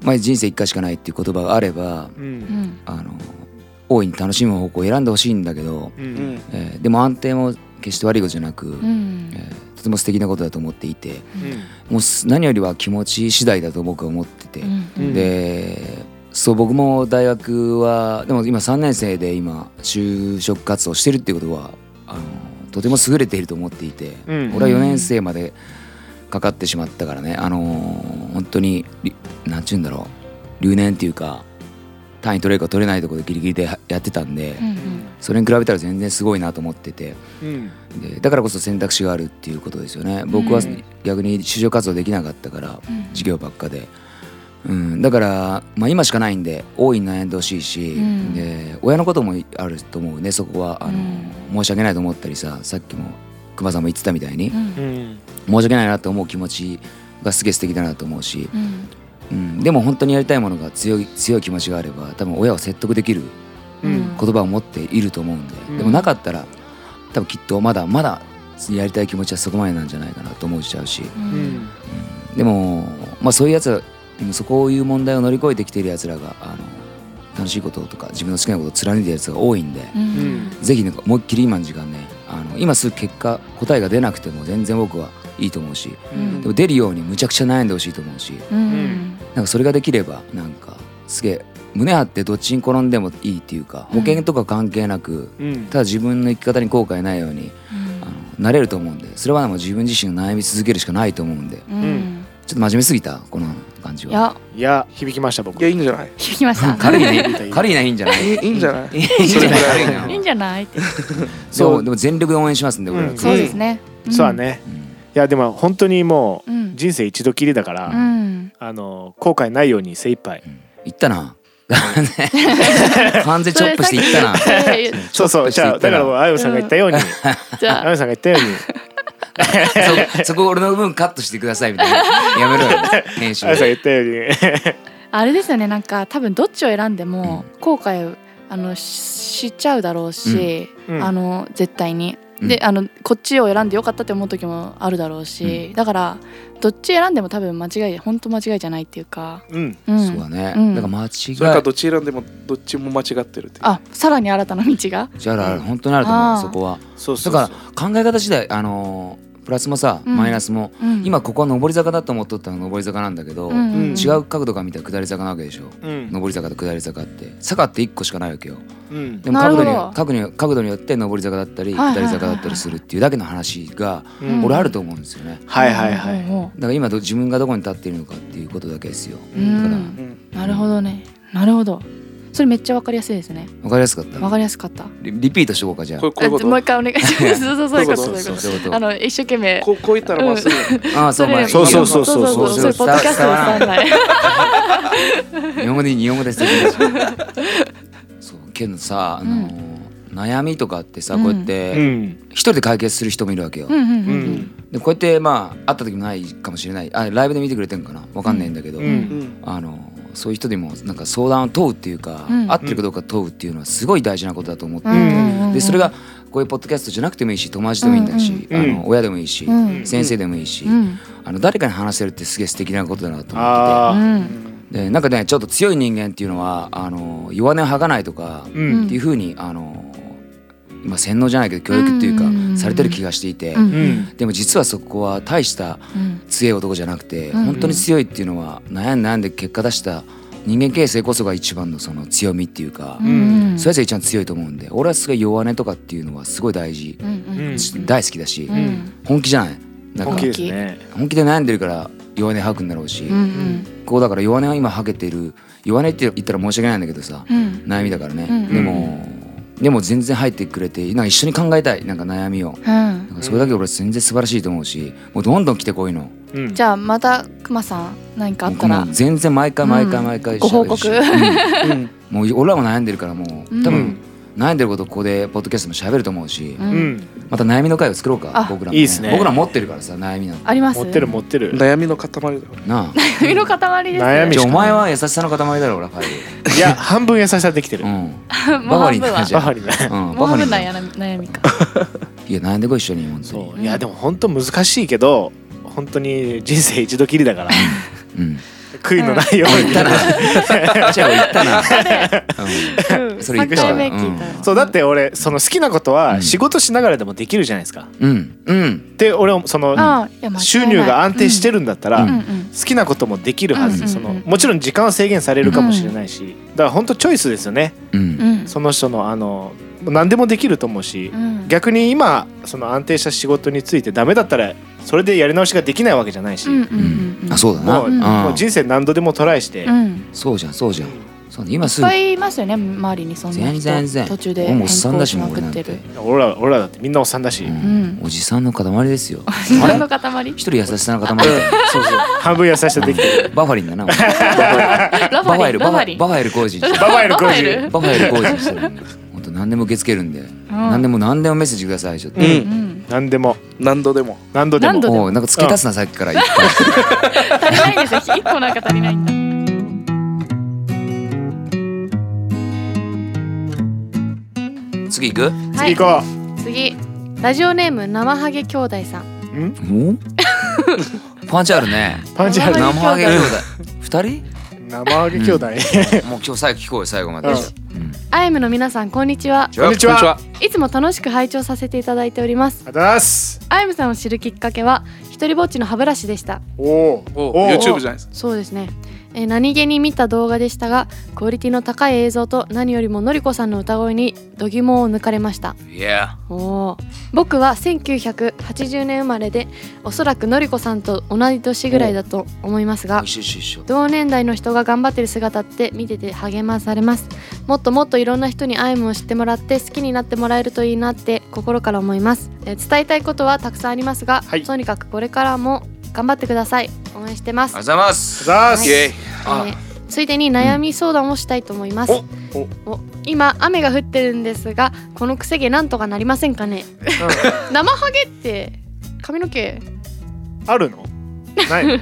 Speaker 2: まあ、人生一回しかないっていう言葉があれば
Speaker 3: う
Speaker 4: うんん
Speaker 2: あの大いに楽しむ方向を選んでほしいんだけど、
Speaker 3: う
Speaker 5: うんん。
Speaker 2: えーでも安定も決して悪いことじゃなく、
Speaker 4: うん
Speaker 2: えーとても素敵なことだと思っていて
Speaker 3: うん
Speaker 2: もうす何よりは気持ち次第だと僕は思ってて、
Speaker 4: うん
Speaker 2: でそう僕も大学はでも今3年生で今就職活動してるっていうことはあのとても優れていると思っていて、
Speaker 3: うん
Speaker 2: 俺は4年生までかかってしまったからねあのー本当にりなんて言うんだろう留年っていうか単位取れるか取れないところでギリギリでやってたんで、
Speaker 4: うん
Speaker 2: それに比べたら全然すごいなと思ってて
Speaker 3: うん
Speaker 2: でだからこそ選択肢があるっていうことですよね僕は
Speaker 5: うん
Speaker 2: 逆に就職活動できなかったから、
Speaker 4: うん
Speaker 2: 授業ばっかで、うん、だから、まあ、今しかないんで大いに悩んでほしいし、
Speaker 4: うん
Speaker 2: で親のこともあると思うねそこはあの、
Speaker 4: うん
Speaker 2: 申し訳ないと思ったりささっきも熊さんも言ってたみたいに、
Speaker 4: うん
Speaker 3: うん
Speaker 2: 申し訳ないなと思う気持ちがすげえ素敵だなと思うし、う
Speaker 4: うん
Speaker 2: ん、でも本当にやりたいものが強い強い気持ちがあれば多分親を説得できる
Speaker 3: うん
Speaker 2: 言葉を持っていると思うんで、
Speaker 3: うん
Speaker 2: でもなかったら多分きっとまだまだやりたい気持ちはそこまでなんじゃないかなと思っちゃうし。
Speaker 3: うん
Speaker 2: でも、まあ、そういうやつらうんそこをいう問題を乗り越えてきているやつらがあの楽しいこととか自分の好きなことを貫いてるやつが多いんで、
Speaker 4: うん
Speaker 2: ぜひね思いっきり今の時間ねあの今すぐ結果答えが出なくても全然僕はいいと思うし
Speaker 4: うん
Speaker 2: でも出るようにむちゃくちゃ悩んでほしいと思うし
Speaker 4: うん
Speaker 2: なんかそれができればなんかすげえ胸張ってどっちに転んでもいいっていうか
Speaker 4: うん
Speaker 2: 保険とか関係なく
Speaker 3: うん
Speaker 2: ただ自分の生き方に後悔ないようにあのなれると思うんでそれはもう自分自身が悩み続けるしかないと思うんで。
Speaker 4: うんうん
Speaker 2: ちょっと真面目すぎたこの感じ
Speaker 4: い
Speaker 2: は。
Speaker 4: や
Speaker 3: いや響きました僕
Speaker 5: いや、いいんじゃない
Speaker 4: 聞きました
Speaker 2: 軽いね
Speaker 3: いいね。
Speaker 2: 軽いな、いいんじゃない
Speaker 5: いいいんじゃ ない
Speaker 2: いいんじゃない軽 いな。
Speaker 4: いいんじゃないって
Speaker 2: そう、でも全力で応援しますんで、俺ら
Speaker 3: うん
Speaker 4: そうですね
Speaker 3: そうだね
Speaker 2: うん
Speaker 3: いやでも本当にも
Speaker 4: う
Speaker 3: うん人生一度きりだから、
Speaker 4: うん
Speaker 3: あの後悔ないように精一杯
Speaker 2: いったな。 完全チョップしていったな。
Speaker 3: そうそう
Speaker 2: チ
Speaker 3: じ
Speaker 2: ョップしてい
Speaker 3: ゃあだ
Speaker 2: った
Speaker 3: かららもうあよさんが言ったようにあ
Speaker 4: じゃあ
Speaker 3: よさんが言ったように
Speaker 2: そそこ俺の分カットしてくださいみたいな。やめろよ、編集
Speaker 3: あよ。さんが言ったように
Speaker 4: あれですよねなんか多分どっちを選んでも後悔あのししちゃうだろうし、
Speaker 3: うん
Speaker 4: あの絶対に。
Speaker 2: うん
Speaker 4: であのこっちを選んでよかったって思う時もあるだろうし、だからどっち選んでも多分間違い本当間違いじゃないっていうか、
Speaker 3: うん
Speaker 4: うん
Speaker 2: そうだね。
Speaker 4: うん
Speaker 2: だから間違
Speaker 5: それか
Speaker 2: い。
Speaker 5: どっち選んでもどっちも間違ってるっていう。
Speaker 4: あさらに新たな道が、
Speaker 2: じゃあある、本当にあると思
Speaker 4: あ
Speaker 2: う、
Speaker 4: ー
Speaker 2: そこは。
Speaker 3: そうそ
Speaker 2: だ
Speaker 3: うそう
Speaker 2: から考え方次第、あのー、プラスもさ、
Speaker 4: うん
Speaker 2: マイナスも、
Speaker 4: うん
Speaker 2: 今ここは上り坂だと思っとったのが上り坂なんだけど、
Speaker 4: うんうん
Speaker 2: 違う角度から見たら下り坂なわけでしょ。
Speaker 3: うん
Speaker 2: 上り坂と下り坂って坂って1個しかないわけよ
Speaker 3: うん
Speaker 2: でも角度に
Speaker 4: なるほど
Speaker 2: 角度に角度によって上り坂だったり
Speaker 4: はいは
Speaker 2: 下り
Speaker 4: いはいはい
Speaker 2: 坂だったりするっていうだけの話が
Speaker 3: うん
Speaker 2: 俺あると思うんですよね
Speaker 3: はいはいはい
Speaker 4: ほうほ
Speaker 2: だから今ど自分がどこに立っているのかっていうことだけですよ
Speaker 4: ううん
Speaker 2: だから
Speaker 5: うん。
Speaker 4: なるほどねなるほどそれめっちゃわかりやすいですね
Speaker 2: わかりやすかった
Speaker 4: わかりやすかった
Speaker 2: リリピートしとこうかじゃあ
Speaker 5: こうこういうこ
Speaker 4: あもう
Speaker 5: と
Speaker 4: 一回お願いしますそうそうそういうこと
Speaker 5: そ
Speaker 4: そう
Speaker 2: そうい
Speaker 4: ういうことと
Speaker 5: いうこ
Speaker 2: うこと
Speaker 4: あの一生懸命
Speaker 5: こうこう言ったらまっすぐ。
Speaker 2: ああそうまあ
Speaker 3: そうそうそう
Speaker 2: いいよ
Speaker 4: そうそうそうそういう
Speaker 2: そ
Speaker 4: ポッ
Speaker 2: う
Speaker 4: ドキャスト
Speaker 2: 伝
Speaker 4: を
Speaker 2: わら
Speaker 4: 伝
Speaker 2: ん
Speaker 4: わない
Speaker 2: 日本語でいい日本語で素敵だし そうけどさあのー悩みとかってさ
Speaker 4: うん
Speaker 2: こうやっ
Speaker 3: う
Speaker 2: て
Speaker 3: ん
Speaker 2: 一人で解決する人もいるわけよ
Speaker 4: うんうんう
Speaker 3: うんん
Speaker 2: でこうやってまあ会った時もないかもしれないあライブで見てくれてんかなわかんないんだけど
Speaker 3: う
Speaker 4: うん
Speaker 3: ん
Speaker 5: うん。
Speaker 2: あのそういう人にもなんか相談を問うっていうか、
Speaker 4: うん
Speaker 2: 合ってるかどうか問うっていうのはすごい大事なことだと思って、
Speaker 4: うんうんうん
Speaker 2: でそれがこういうポッドキャストじゃなくてもいいし友達でもいいんだし、
Speaker 3: うんうん
Speaker 2: あの親でもいいし、
Speaker 4: うん
Speaker 2: 先生でもいいし、
Speaker 4: うん
Speaker 2: あの誰かに話せるってすげえ素敵なことだなと思っ
Speaker 3: あ
Speaker 2: ててでなんかねちょっと強い人間っていうのはあの弱音を吐かないとか
Speaker 3: あ
Speaker 2: っ
Speaker 3: うんん
Speaker 2: ていうふうにあの、まあ、洗脳じゃないけど教育っていうか、
Speaker 4: うん
Speaker 2: されてる気がしていて、
Speaker 4: うん
Speaker 3: うん
Speaker 2: でも実はそこは大した
Speaker 4: うん
Speaker 2: 強い男じゃなくて、
Speaker 4: うん
Speaker 2: 本当に強いっていうのは悩んで悩んで結果出した人間形成こそが一番のその強みっていうか、
Speaker 4: うんうん
Speaker 2: それじゃ一番強いと思うんで俺はすごい弱音とかっていうのはすごい大事、
Speaker 4: うんうんうん
Speaker 2: 大好きだし、
Speaker 4: うん
Speaker 2: 本気じゃないなんか
Speaker 3: 本気
Speaker 2: 本
Speaker 3: ですね
Speaker 2: 気で悩んでるから弱音吐くんだろうし、
Speaker 4: うん
Speaker 2: こうだから弱音は今吐けてる弱音って言ったら申し訳ないんだけどさ、
Speaker 4: うん
Speaker 2: 悩みだからね、
Speaker 4: うん
Speaker 2: でもでも全然入ってくれてなんか一緒に考えたいなんか悩みを
Speaker 4: うん
Speaker 2: なんかそれだけ俺全然素晴らしいと思うしもうどんどん来てこいの。
Speaker 3: うん
Speaker 4: じゃあまたくまさん何かあっ
Speaker 2: も
Speaker 4: た
Speaker 2: う
Speaker 4: ら
Speaker 2: この全然毎回毎回毎
Speaker 4: うん
Speaker 2: 回
Speaker 4: ご報
Speaker 2: 喋る
Speaker 4: 告
Speaker 2: し、
Speaker 5: うん。
Speaker 2: うんもう俺らも悩んでるからもう多
Speaker 4: う
Speaker 2: 分悩んでることここでポッドキャストも喋ると思うし、
Speaker 4: うん
Speaker 3: うん
Speaker 2: また悩みの会を作ろうか
Speaker 4: あ
Speaker 2: 僕らも、
Speaker 3: いいっすね
Speaker 2: 僕ら持ってるからさ悩みなの
Speaker 4: あります
Speaker 3: 持ってる持ってる
Speaker 5: 悩みの塊だよ。
Speaker 2: な
Speaker 4: 髪の塊です
Speaker 2: あ
Speaker 3: 悩み
Speaker 2: じ
Speaker 3: し
Speaker 2: ゃあ
Speaker 3: か
Speaker 2: お
Speaker 3: ない
Speaker 2: 前は優しさの塊だろ俺はイ
Speaker 3: いや半分優しさできてる
Speaker 2: ルうん
Speaker 4: もう
Speaker 2: バカに
Speaker 4: 半分
Speaker 2: な
Speaker 4: は
Speaker 2: じ
Speaker 3: バ
Speaker 2: ゃ
Speaker 3: カにね
Speaker 2: ん、うん、
Speaker 4: も
Speaker 2: バ
Speaker 4: う
Speaker 2: カ
Speaker 4: 半
Speaker 2: に
Speaker 4: 分な
Speaker 2: なる
Speaker 4: 悩みか
Speaker 2: いや悩んでこい一緒に本当に
Speaker 3: そういやでも本当難しいけど本当に人生一度きりだから
Speaker 2: うん
Speaker 3: 悔いのないよう
Speaker 2: 言
Speaker 3: に、
Speaker 2: ったな。じゃあ言ったな。
Speaker 4: うん
Speaker 2: それ言
Speaker 4: 3
Speaker 2: ったわ
Speaker 4: 回目聞いたら、
Speaker 3: そうだって俺その好きなこと
Speaker 2: う
Speaker 3: は
Speaker 2: ん
Speaker 3: 仕事しながらでもできるじゃないですか。
Speaker 2: うんうん
Speaker 3: で俺はその
Speaker 4: ああいや間違いない
Speaker 3: 収入が安定してるんだったら、
Speaker 2: うん
Speaker 4: うんうん
Speaker 3: 好きなこともできるはず、
Speaker 4: うんうんうん
Speaker 3: そのもちろん時間は制限されるかもしれないし、だから本当チョイスですよね
Speaker 2: う
Speaker 4: うんん
Speaker 3: その人のあの何でもできると思うし、
Speaker 4: うん
Speaker 3: 逆に今その安定した仕事についてダメだったらそれでやり直しができないわけじゃないし、
Speaker 4: うんう
Speaker 2: うん
Speaker 4: うん
Speaker 2: ん。あそうだな。
Speaker 3: もう,、
Speaker 2: うん
Speaker 3: もう人生何度でもトライして、
Speaker 4: うん
Speaker 2: そうじゃんそうじゃん。そうね今
Speaker 4: い
Speaker 2: す
Speaker 4: っ
Speaker 2: ぐ
Speaker 4: ぱいいますよね周りにそんな
Speaker 2: 全
Speaker 4: 人
Speaker 2: 然全然
Speaker 4: 途中で
Speaker 2: もう
Speaker 4: 変
Speaker 2: お
Speaker 4: 更
Speaker 2: っさんだし
Speaker 4: し
Speaker 2: もう
Speaker 4: ま
Speaker 2: 俺
Speaker 4: く
Speaker 2: な
Speaker 4: っ
Speaker 2: ん
Speaker 4: てる
Speaker 2: て。
Speaker 3: 俺ら俺らだってみんなおっさんだし、
Speaker 2: う
Speaker 4: うん
Speaker 2: んおじさんの塊です よ。あ
Speaker 4: 人
Speaker 2: れ
Speaker 4: の塊
Speaker 2: 一人優しさの塊みたい な。
Speaker 3: そうそう半分優しさできてる
Speaker 2: バファリンだな。バフ
Speaker 4: ラファ
Speaker 2: ァ
Speaker 4: リ
Speaker 2: イ
Speaker 4: ン
Speaker 2: ル
Speaker 4: ラ
Speaker 2: バフ
Speaker 4: ファ
Speaker 2: ァ
Speaker 4: リ
Speaker 2: リ
Speaker 4: ン
Speaker 2: ンバファイル工事にしてる。
Speaker 3: ババエル
Speaker 4: ババエ
Speaker 3: 50
Speaker 4: ル
Speaker 2: バファイル工事にしてるんで。本当何でも受け付けるんで。何でも何でもメッセージくださいちょっと。
Speaker 5: う
Speaker 4: うんん
Speaker 3: 何でも
Speaker 5: 何度でも
Speaker 3: 何度で
Speaker 4: 何
Speaker 3: も
Speaker 4: 度
Speaker 2: お
Speaker 4: でも
Speaker 2: うなんか付け足すなさっきからいっぱい。
Speaker 4: 足りないんですよ一個なんか足りないんだ
Speaker 2: 次行く？
Speaker 4: は
Speaker 3: 次
Speaker 4: い
Speaker 3: 行こ
Speaker 4: 次ラジオネーム生ハゲ兄弟さん
Speaker 3: う、ん
Speaker 2: お？ パンチあるね。
Speaker 3: パンチある
Speaker 2: 生
Speaker 4: 生
Speaker 2: ハ
Speaker 4: ハ
Speaker 2: ゲ
Speaker 4: ゲ
Speaker 2: 兄
Speaker 4: 兄
Speaker 2: 弟。二人？
Speaker 3: 生揚げ兄弟、
Speaker 2: もう今日最後聞こうよ最後まで。
Speaker 3: う
Speaker 2: うんん
Speaker 4: アイムの皆さんこんにちは
Speaker 3: こんにちはあ
Speaker 4: いつも楽しく拝聴させていただいております
Speaker 3: りがとうございます
Speaker 4: アイムさんを知るきっかけは一人ぼっちの歯ブラシでした
Speaker 3: おお
Speaker 5: お
Speaker 3: お
Speaker 5: YouTube じゃないですか
Speaker 4: そうですね、えー何気に見た動画でしたがクオリティの高い映像と何よりものりこさんの歌声に度肝を抜かれました
Speaker 2: いや。
Speaker 4: おー僕は1980年生まれでおそらくのりこさんと同い年ぐらいだと思いますが
Speaker 2: 一緒一緒一緒。
Speaker 4: 同年代の人が頑張ってる姿って見てて励まされますもっともっといろんな人にアイムを知ってもらって好きになってもらえるといいなって心から思います、えー伝えたいことはたくさんありますが、
Speaker 3: はい
Speaker 4: とにかくこれからも頑張ってください応援してます
Speaker 2: ありがとうございます。
Speaker 3: ざーす、
Speaker 4: はい
Speaker 5: イエイ
Speaker 4: えーついでに悩み相談をしたいと思います、お今雨が降ってるんですがこのくせ毛なんとかなりませんかね 生ハゲって髪の毛
Speaker 3: あるのない の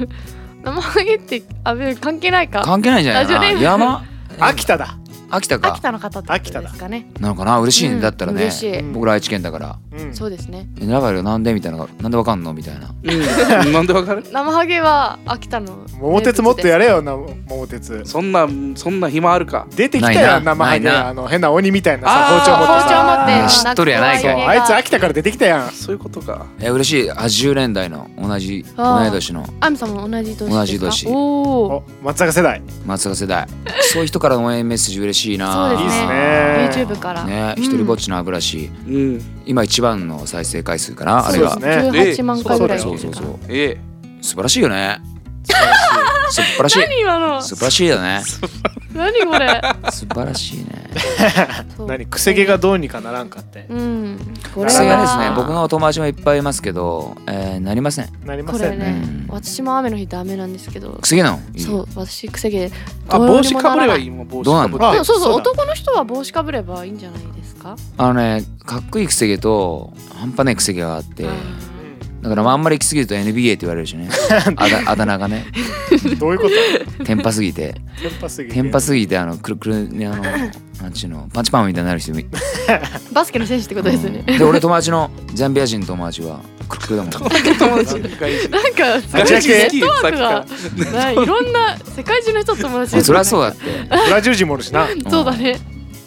Speaker 4: 生ハゲってあ別に関係ないか
Speaker 2: 関係ないんじゃないか
Speaker 4: ラジオネー
Speaker 2: な。
Speaker 4: ム
Speaker 2: 山
Speaker 3: 秋田だ、
Speaker 2: 秋田
Speaker 4: 秋
Speaker 2: か
Speaker 4: 田の方ってことですかね
Speaker 2: なのかな嬉しい
Speaker 4: うん
Speaker 2: ねだったらね
Speaker 4: 嬉。しい、
Speaker 3: うん
Speaker 2: 僕ら愛知県だから。
Speaker 3: うん
Speaker 4: そうですね
Speaker 2: えラバルなんでみたいななんでわかんのみたいな。
Speaker 5: うんなんでわかる
Speaker 4: 生ハゲは秋田の
Speaker 3: 桃鉄もっとやれよな桃鉄
Speaker 5: そんなそんな暇あるか
Speaker 3: 出てきた
Speaker 2: ない
Speaker 3: よ
Speaker 2: な
Speaker 3: 生ハゲ
Speaker 2: ないな
Speaker 3: あの変な鬼みたいな
Speaker 5: あ
Speaker 3: さ
Speaker 5: ー
Speaker 3: 包丁持
Speaker 4: 包
Speaker 3: って
Speaker 4: 丁持
Speaker 3: さ
Speaker 4: って
Speaker 2: あー知っとるやないか
Speaker 4: ん
Speaker 3: そう
Speaker 4: 怖
Speaker 3: あいつ
Speaker 4: 映画
Speaker 3: 秋田から出てきたやん
Speaker 5: そういうことか
Speaker 2: え嬉しい。80年代の同じ
Speaker 4: あー
Speaker 2: 同い年の
Speaker 4: アミさんも同じ年ですか
Speaker 2: 同じ年
Speaker 4: おお
Speaker 3: お松坂世代
Speaker 2: 松坂世代。そういう人からの応援メッセージ嬉しいな。
Speaker 4: そうですね
Speaker 3: いいっすね
Speaker 4: YouTube から
Speaker 2: ね
Speaker 4: うん
Speaker 2: 一人ぼっちの歯ブラシ。
Speaker 5: うん
Speaker 2: 今一番の再生回数かなあれ
Speaker 3: そうで
Speaker 2: が
Speaker 3: すね
Speaker 4: 18万回ぐらい
Speaker 2: そうそうそう
Speaker 5: ええ
Speaker 2: 素晴らしいよね素晴らしい
Speaker 4: 何今の
Speaker 2: 素晴らしいよね
Speaker 4: 何これ
Speaker 2: 素晴らしいね
Speaker 4: そう
Speaker 3: 何くせ毛がどうにかならんかって
Speaker 4: うん
Speaker 3: れ
Speaker 4: こ
Speaker 3: は
Speaker 2: 癖がですね僕のお友達もいっぱいいますけど、えー、なりません
Speaker 3: なりま
Speaker 4: こ
Speaker 3: せ
Speaker 4: れ
Speaker 3: ん
Speaker 4: ね
Speaker 3: ね
Speaker 2: うん
Speaker 4: 私も雨の日ダメなんですけど
Speaker 2: 癖なのいい
Speaker 4: そう私くせ毛で
Speaker 5: あ
Speaker 4: どう
Speaker 5: 帽
Speaker 4: に
Speaker 5: 子
Speaker 4: もな
Speaker 5: かぶ
Speaker 4: ら
Speaker 5: れ
Speaker 4: な
Speaker 5: ば
Speaker 4: い
Speaker 5: いいもん帽
Speaker 2: どうな
Speaker 5: 子
Speaker 2: ん
Speaker 5: か
Speaker 2: だ
Speaker 5: ぶ
Speaker 4: でもそうそう
Speaker 3: そうだ
Speaker 4: 男の人は帽子かぶればいいんじゃないですか
Speaker 2: あのねかっこいい癖毛と半端ない癖毛があって
Speaker 4: あ
Speaker 2: だからまああんまり行き過ぎると NBA って言われるしねあだあだ名がね
Speaker 3: うんどういうこと
Speaker 2: テンパすぎて
Speaker 3: テンパすぎ
Speaker 2: テンパすぎてあのくるくるねあのなんちゅうのパンチパンみたいになる人もい
Speaker 4: ーバスケの選手ってことですよね
Speaker 2: うんで俺友達のジャンビア人の友達はクルクルだもん
Speaker 5: 友達がいい
Speaker 4: なんかすごい
Speaker 3: ガチガチ
Speaker 4: ネットワークが
Speaker 5: さ
Speaker 4: ないいろんな世界中の人と友達
Speaker 2: そりゃそう
Speaker 4: だ
Speaker 2: だって
Speaker 3: ブラジル人もおるしな
Speaker 2: うん
Speaker 4: そうだね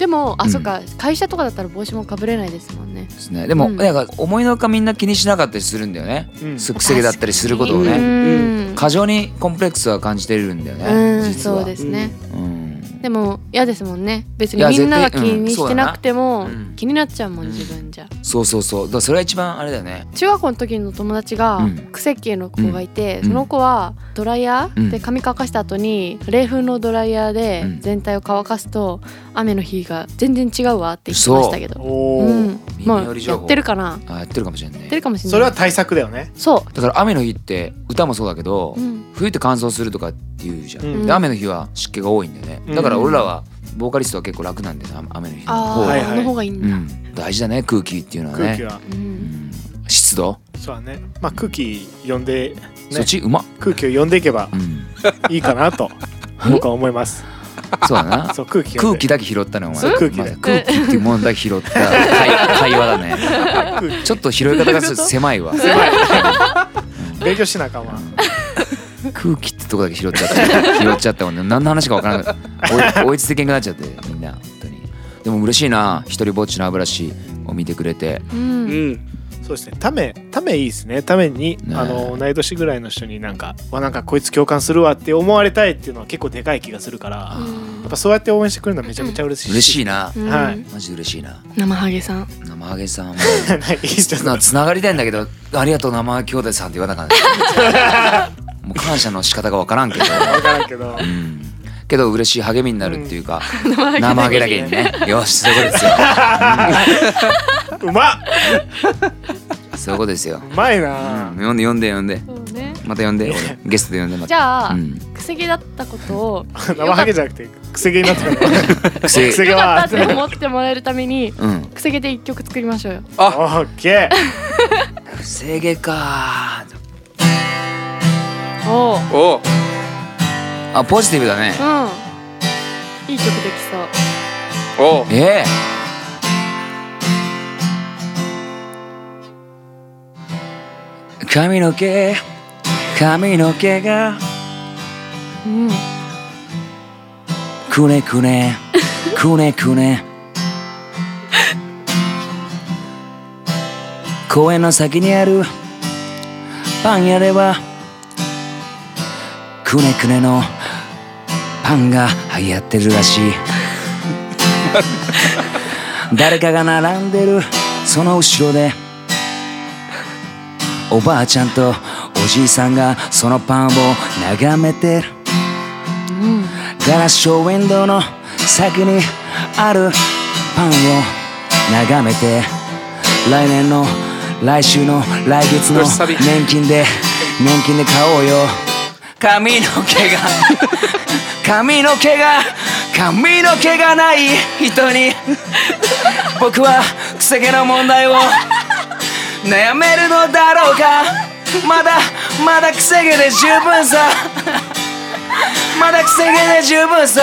Speaker 4: でもあ
Speaker 2: うん
Speaker 4: そっか会社とかだったら帽子もかぶれないですもんね
Speaker 2: ですねでも、
Speaker 4: うん
Speaker 2: なんか思いのほかみんな気にしなかったりするんだよね、
Speaker 3: うん
Speaker 2: すくせ毛だったりすることを
Speaker 4: う
Speaker 2: ね
Speaker 4: ん
Speaker 2: 過剰にコンプレックスは感じてるんだよね、
Speaker 4: うん
Speaker 2: 実は
Speaker 4: そうですね
Speaker 2: うん
Speaker 4: でも嫌ですもんね別
Speaker 2: い
Speaker 4: に
Speaker 2: や
Speaker 4: みんなが
Speaker 2: 絶
Speaker 4: 気
Speaker 2: 対うん
Speaker 4: にしてなくても
Speaker 2: そうだなうん
Speaker 4: 気になっちゃうもん
Speaker 2: うん
Speaker 4: 自分じゃ
Speaker 2: そうそうそうだからそれが一番あれだよね
Speaker 4: 中学校の時の友達が
Speaker 2: うん
Speaker 4: クセ系の子がいて、
Speaker 2: うん
Speaker 4: その子はドライヤ
Speaker 2: う
Speaker 4: ー
Speaker 2: ん
Speaker 4: で髪乾かした後に冷風のドライヤーで
Speaker 2: うん
Speaker 4: 全体を乾かすと雨の日が全然違うわって言ってましたけど
Speaker 3: お
Speaker 4: う
Speaker 3: お
Speaker 4: ん、ま
Speaker 2: 耳
Speaker 4: あ
Speaker 2: 寄り
Speaker 4: や
Speaker 2: 情報
Speaker 4: ってるかなや
Speaker 2: あやってるかもしれない
Speaker 4: ってるかもしれない
Speaker 3: それは対策だよね
Speaker 4: そ
Speaker 2: だから雨の日って歌もそうだけど、
Speaker 4: う、うん、
Speaker 2: 冬って乾燥するとかっていうじゃん、
Speaker 3: うん
Speaker 2: で雨の日は湿気が多いんだよね、
Speaker 3: うん
Speaker 2: だから俺らはボーカリストは結構楽なんだよね雨雨の日の
Speaker 4: あ
Speaker 2: 方
Speaker 4: あ、
Speaker 2: が
Speaker 3: はいはい
Speaker 4: の方がいいん
Speaker 2: う
Speaker 4: だ、
Speaker 2: ん、大事だね空気っていうのはね
Speaker 3: 空気は
Speaker 4: うん
Speaker 2: うん湿度、
Speaker 3: そうだねまあ空気読んで
Speaker 2: そっちうまっ、
Speaker 3: 空気を読んでいけば
Speaker 2: うん、
Speaker 3: いいかな と僕は思います
Speaker 2: そうだな
Speaker 3: そう空気読
Speaker 2: 空
Speaker 3: んで
Speaker 2: 気だけ拾ったねお前
Speaker 3: そう空気だ
Speaker 2: まず空気っていうものだけ拾 った会会話だね
Speaker 3: 空気
Speaker 2: ちょっと拾い方が狭いわ
Speaker 3: 勉強しなあかんわ
Speaker 2: 空気ってとこだけ拾っちゃった 拾っちゃったもんね何の話か分からなかった追い追い つけんくなっちゃってみんな本当にでも嬉しいな一人ぼっちの歯ブラシを見てくれて
Speaker 4: う
Speaker 5: うんん。
Speaker 3: そうですねためためいいですねために、
Speaker 2: ね
Speaker 3: あの同い年ぐらいの人になんかわなんかこいつ共感するわって思われたいっていうのは結構でかい気がするからやっぱそうやって応援してくれるのはめちゃめちゃ嬉しい
Speaker 2: 嬉しい
Speaker 3: い
Speaker 2: な
Speaker 4: うん
Speaker 3: はい
Speaker 2: マジで嬉しいな
Speaker 4: 生ハゲさん
Speaker 2: 生ハゲさ んも
Speaker 3: いい人
Speaker 2: つなつながりたいんだけど「ありがとう生ハゲ兄弟さん」って言わなかった もう感謝の仕方が分からんけど
Speaker 3: 分からんけど
Speaker 2: うんけど嬉しい励みになるっていうか、生ハゲだけにねよしそういうことですよ
Speaker 3: うまっ
Speaker 2: そういうことですよ
Speaker 3: うまい
Speaker 2: うん
Speaker 3: な、
Speaker 2: 呼んで呼んで呼んで
Speaker 4: そうね
Speaker 2: また呼んで俺ゲストで呼んでまた
Speaker 4: じゃあ、
Speaker 2: うん
Speaker 4: くせ毛だったこ とを
Speaker 3: 生ハゲじゃなくてくせ毛になってる
Speaker 2: くせ
Speaker 3: 癖
Speaker 4: よ
Speaker 3: が
Speaker 4: かったって思ってもらえるために
Speaker 2: うん
Speaker 4: くせ毛で一曲作りましょうよ
Speaker 3: オ ッケ
Speaker 2: くせ毛か
Speaker 4: おお
Speaker 5: おう
Speaker 2: あポジティブだね
Speaker 4: うんいい曲できそう
Speaker 5: おう。
Speaker 2: ええ髪の毛髪の毛が
Speaker 4: うん
Speaker 2: くねくねくねくね公園の先にあるパン屋ではくねくねのパンが流行ってるらしい誰かが並んでるその後ろでおばあちゃんとおじいさんがそのパンを眺めてるガラスショーウィンドウの先にあるパンを眺めて来年の来週の来月の
Speaker 5: よしサビ
Speaker 2: 年金で年金で買おうよ髪の毛が髪の毛が髪の毛がない人に僕はくせ毛の問題を悩めるのだろうかまだまだくせ毛で十分さまだくせ毛で十分さ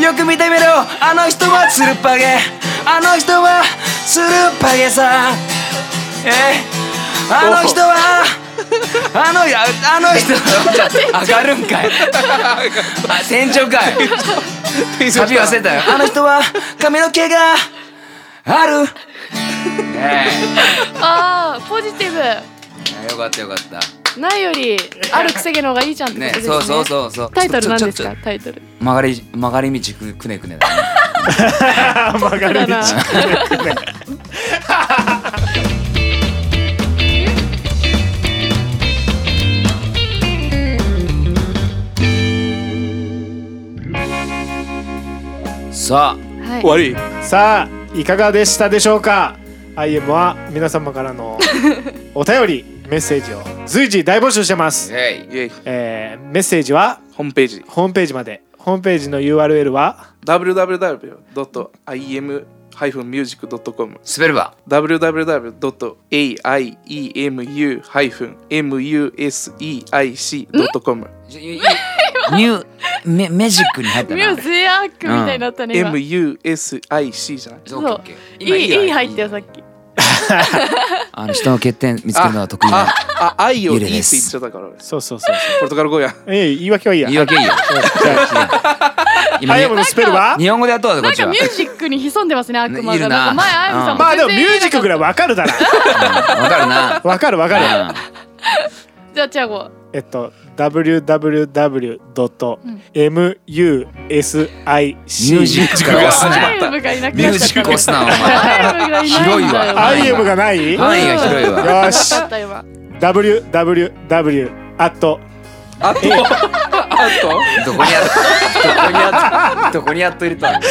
Speaker 2: よく見てみろあの人はつるっぱげあの人はつるっぱげさえあの人はあのやあの人上がるんかいあ天井かいサビ忘れたよあの人は髪の毛があるね
Speaker 4: あーポジティ
Speaker 2: えよかったよかった
Speaker 4: ブないよりあるくせ毛の方がいいじゃんってこと
Speaker 2: ね
Speaker 4: ですね
Speaker 2: そうそうそうそう
Speaker 4: タイトルなんです
Speaker 2: ちょち
Speaker 4: か
Speaker 2: ょち
Speaker 4: タイトル
Speaker 2: ょ曲がり曲がり道くくねくねだね
Speaker 3: ー 曲がる
Speaker 4: だ
Speaker 3: 道
Speaker 4: な
Speaker 2: さあ
Speaker 4: はい
Speaker 5: 終わり。
Speaker 3: さあいかがでしたでしょうか IM は皆様から のお便りメッセージを随時大募集してます、
Speaker 2: え
Speaker 5: イエイ。
Speaker 3: えーメッセージは
Speaker 5: ホームページ。
Speaker 3: ホームページまでホームページの URL は
Speaker 5: www.im-music.com
Speaker 2: スペル バ
Speaker 5: www.aiemu-music.com
Speaker 2: ニューメメジックに入った
Speaker 4: ミュ
Speaker 2: な
Speaker 4: ージアックみたいになったね今
Speaker 5: music じゃない
Speaker 2: そ
Speaker 4: そういいいい入ったよさっき
Speaker 2: あの人の欠点見つけるのは得意 な
Speaker 5: あ、あ、愛をいい
Speaker 2: ゆ
Speaker 5: って
Speaker 2: れ
Speaker 5: 言
Speaker 2: で
Speaker 5: っ
Speaker 2: す
Speaker 5: ちゃったから俺
Speaker 3: そうそうそう
Speaker 5: ポルトガル語や
Speaker 3: そういい言い訳はいいや
Speaker 2: 言い訳いいよ
Speaker 3: じゃあ
Speaker 2: 今
Speaker 3: IM のスペルは
Speaker 2: 日本語でやっとうぜこ
Speaker 4: な
Speaker 2: っ
Speaker 4: ん
Speaker 2: ち
Speaker 4: か
Speaker 2: は
Speaker 4: ミュージックに潜んでますね悪魔
Speaker 2: いる
Speaker 4: が
Speaker 2: な
Speaker 4: なんか前アイムさんも
Speaker 3: まあでもミ
Speaker 4: 全然
Speaker 3: ュ
Speaker 4: 言
Speaker 3: ー
Speaker 4: え
Speaker 3: ジ
Speaker 4: な
Speaker 3: ック
Speaker 4: か
Speaker 3: ぐらい
Speaker 4: っ
Speaker 3: わかるだ ろ
Speaker 2: うんわかるな
Speaker 3: わかるわかる
Speaker 2: うん
Speaker 4: たじゃあチアゴ
Speaker 3: えっと www.music
Speaker 2: ミュージックが押す
Speaker 4: ア
Speaker 2: な
Speaker 4: イムがいなく
Speaker 2: ミュ
Speaker 4: なっ
Speaker 2: ージ
Speaker 4: ち
Speaker 2: ッ
Speaker 4: ゃっ
Speaker 2: ク押すなお
Speaker 4: た
Speaker 2: 前
Speaker 4: アイムがいないん
Speaker 2: 広い
Speaker 4: だよ
Speaker 2: わ
Speaker 3: IM がない
Speaker 2: 範囲が広いわ
Speaker 3: よし
Speaker 4: わかった今
Speaker 3: www あと
Speaker 5: あとあと
Speaker 2: どこにあっどこにあっどこにあっと入れたの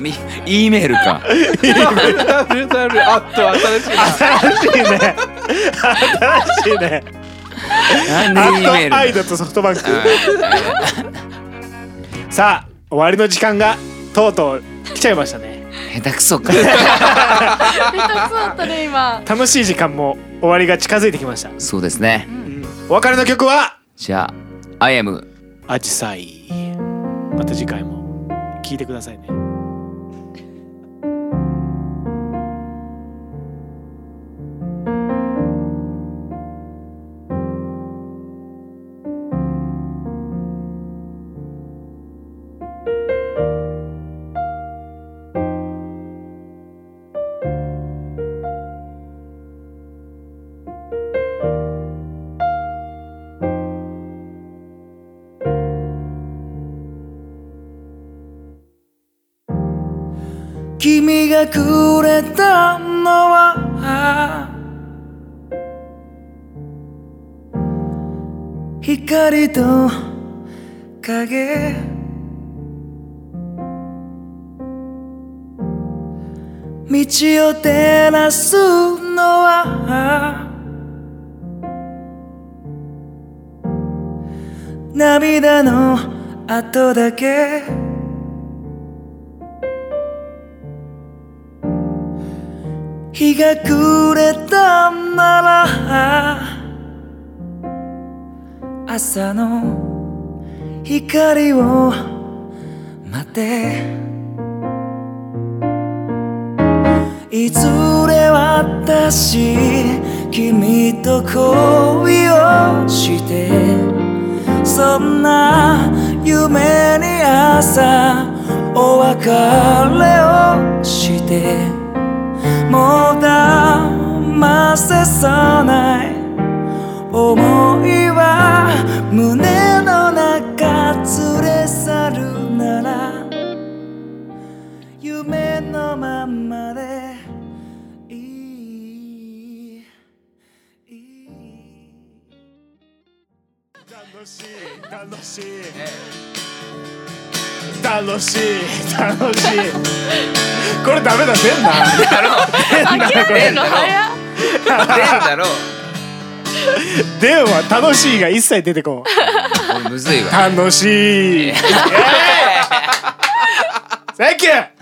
Speaker 2: み E メールか
Speaker 5: www あと新しいな
Speaker 3: 新しいね新しいね
Speaker 2: な
Speaker 3: あ
Speaker 2: んで E メール
Speaker 3: と
Speaker 2: な
Speaker 3: アイ
Speaker 2: の
Speaker 3: ドとソフトバンクさあ終わりの時間がとうとう来ちゃいましたね
Speaker 2: 下手くそか
Speaker 4: 下手くそだった ね今
Speaker 3: 楽しい時間も終わりが近づいてきました
Speaker 2: そうですね
Speaker 3: お別れの曲は
Speaker 2: じゃあ I am
Speaker 3: アジサイまた次回も聴いてくださいね
Speaker 7: 「
Speaker 1: 君がくれたのは光と影道を照らすのは涙の跡だけ日が暮れたなら朝の光を待ていずれ私君と恋をしてそんな夢に朝お別れをしてもう騙せさない思いは胸の中連れ去るなら夢のまんまでいいいい
Speaker 3: 楽しい楽しい楽しい楽しいこれダメだ出ん な
Speaker 5: だろ
Speaker 4: 諦めるの早っ
Speaker 5: だろ
Speaker 3: 出んは楽しいが一切出てこん
Speaker 2: これむずいわ
Speaker 3: 楽しい。センキュー。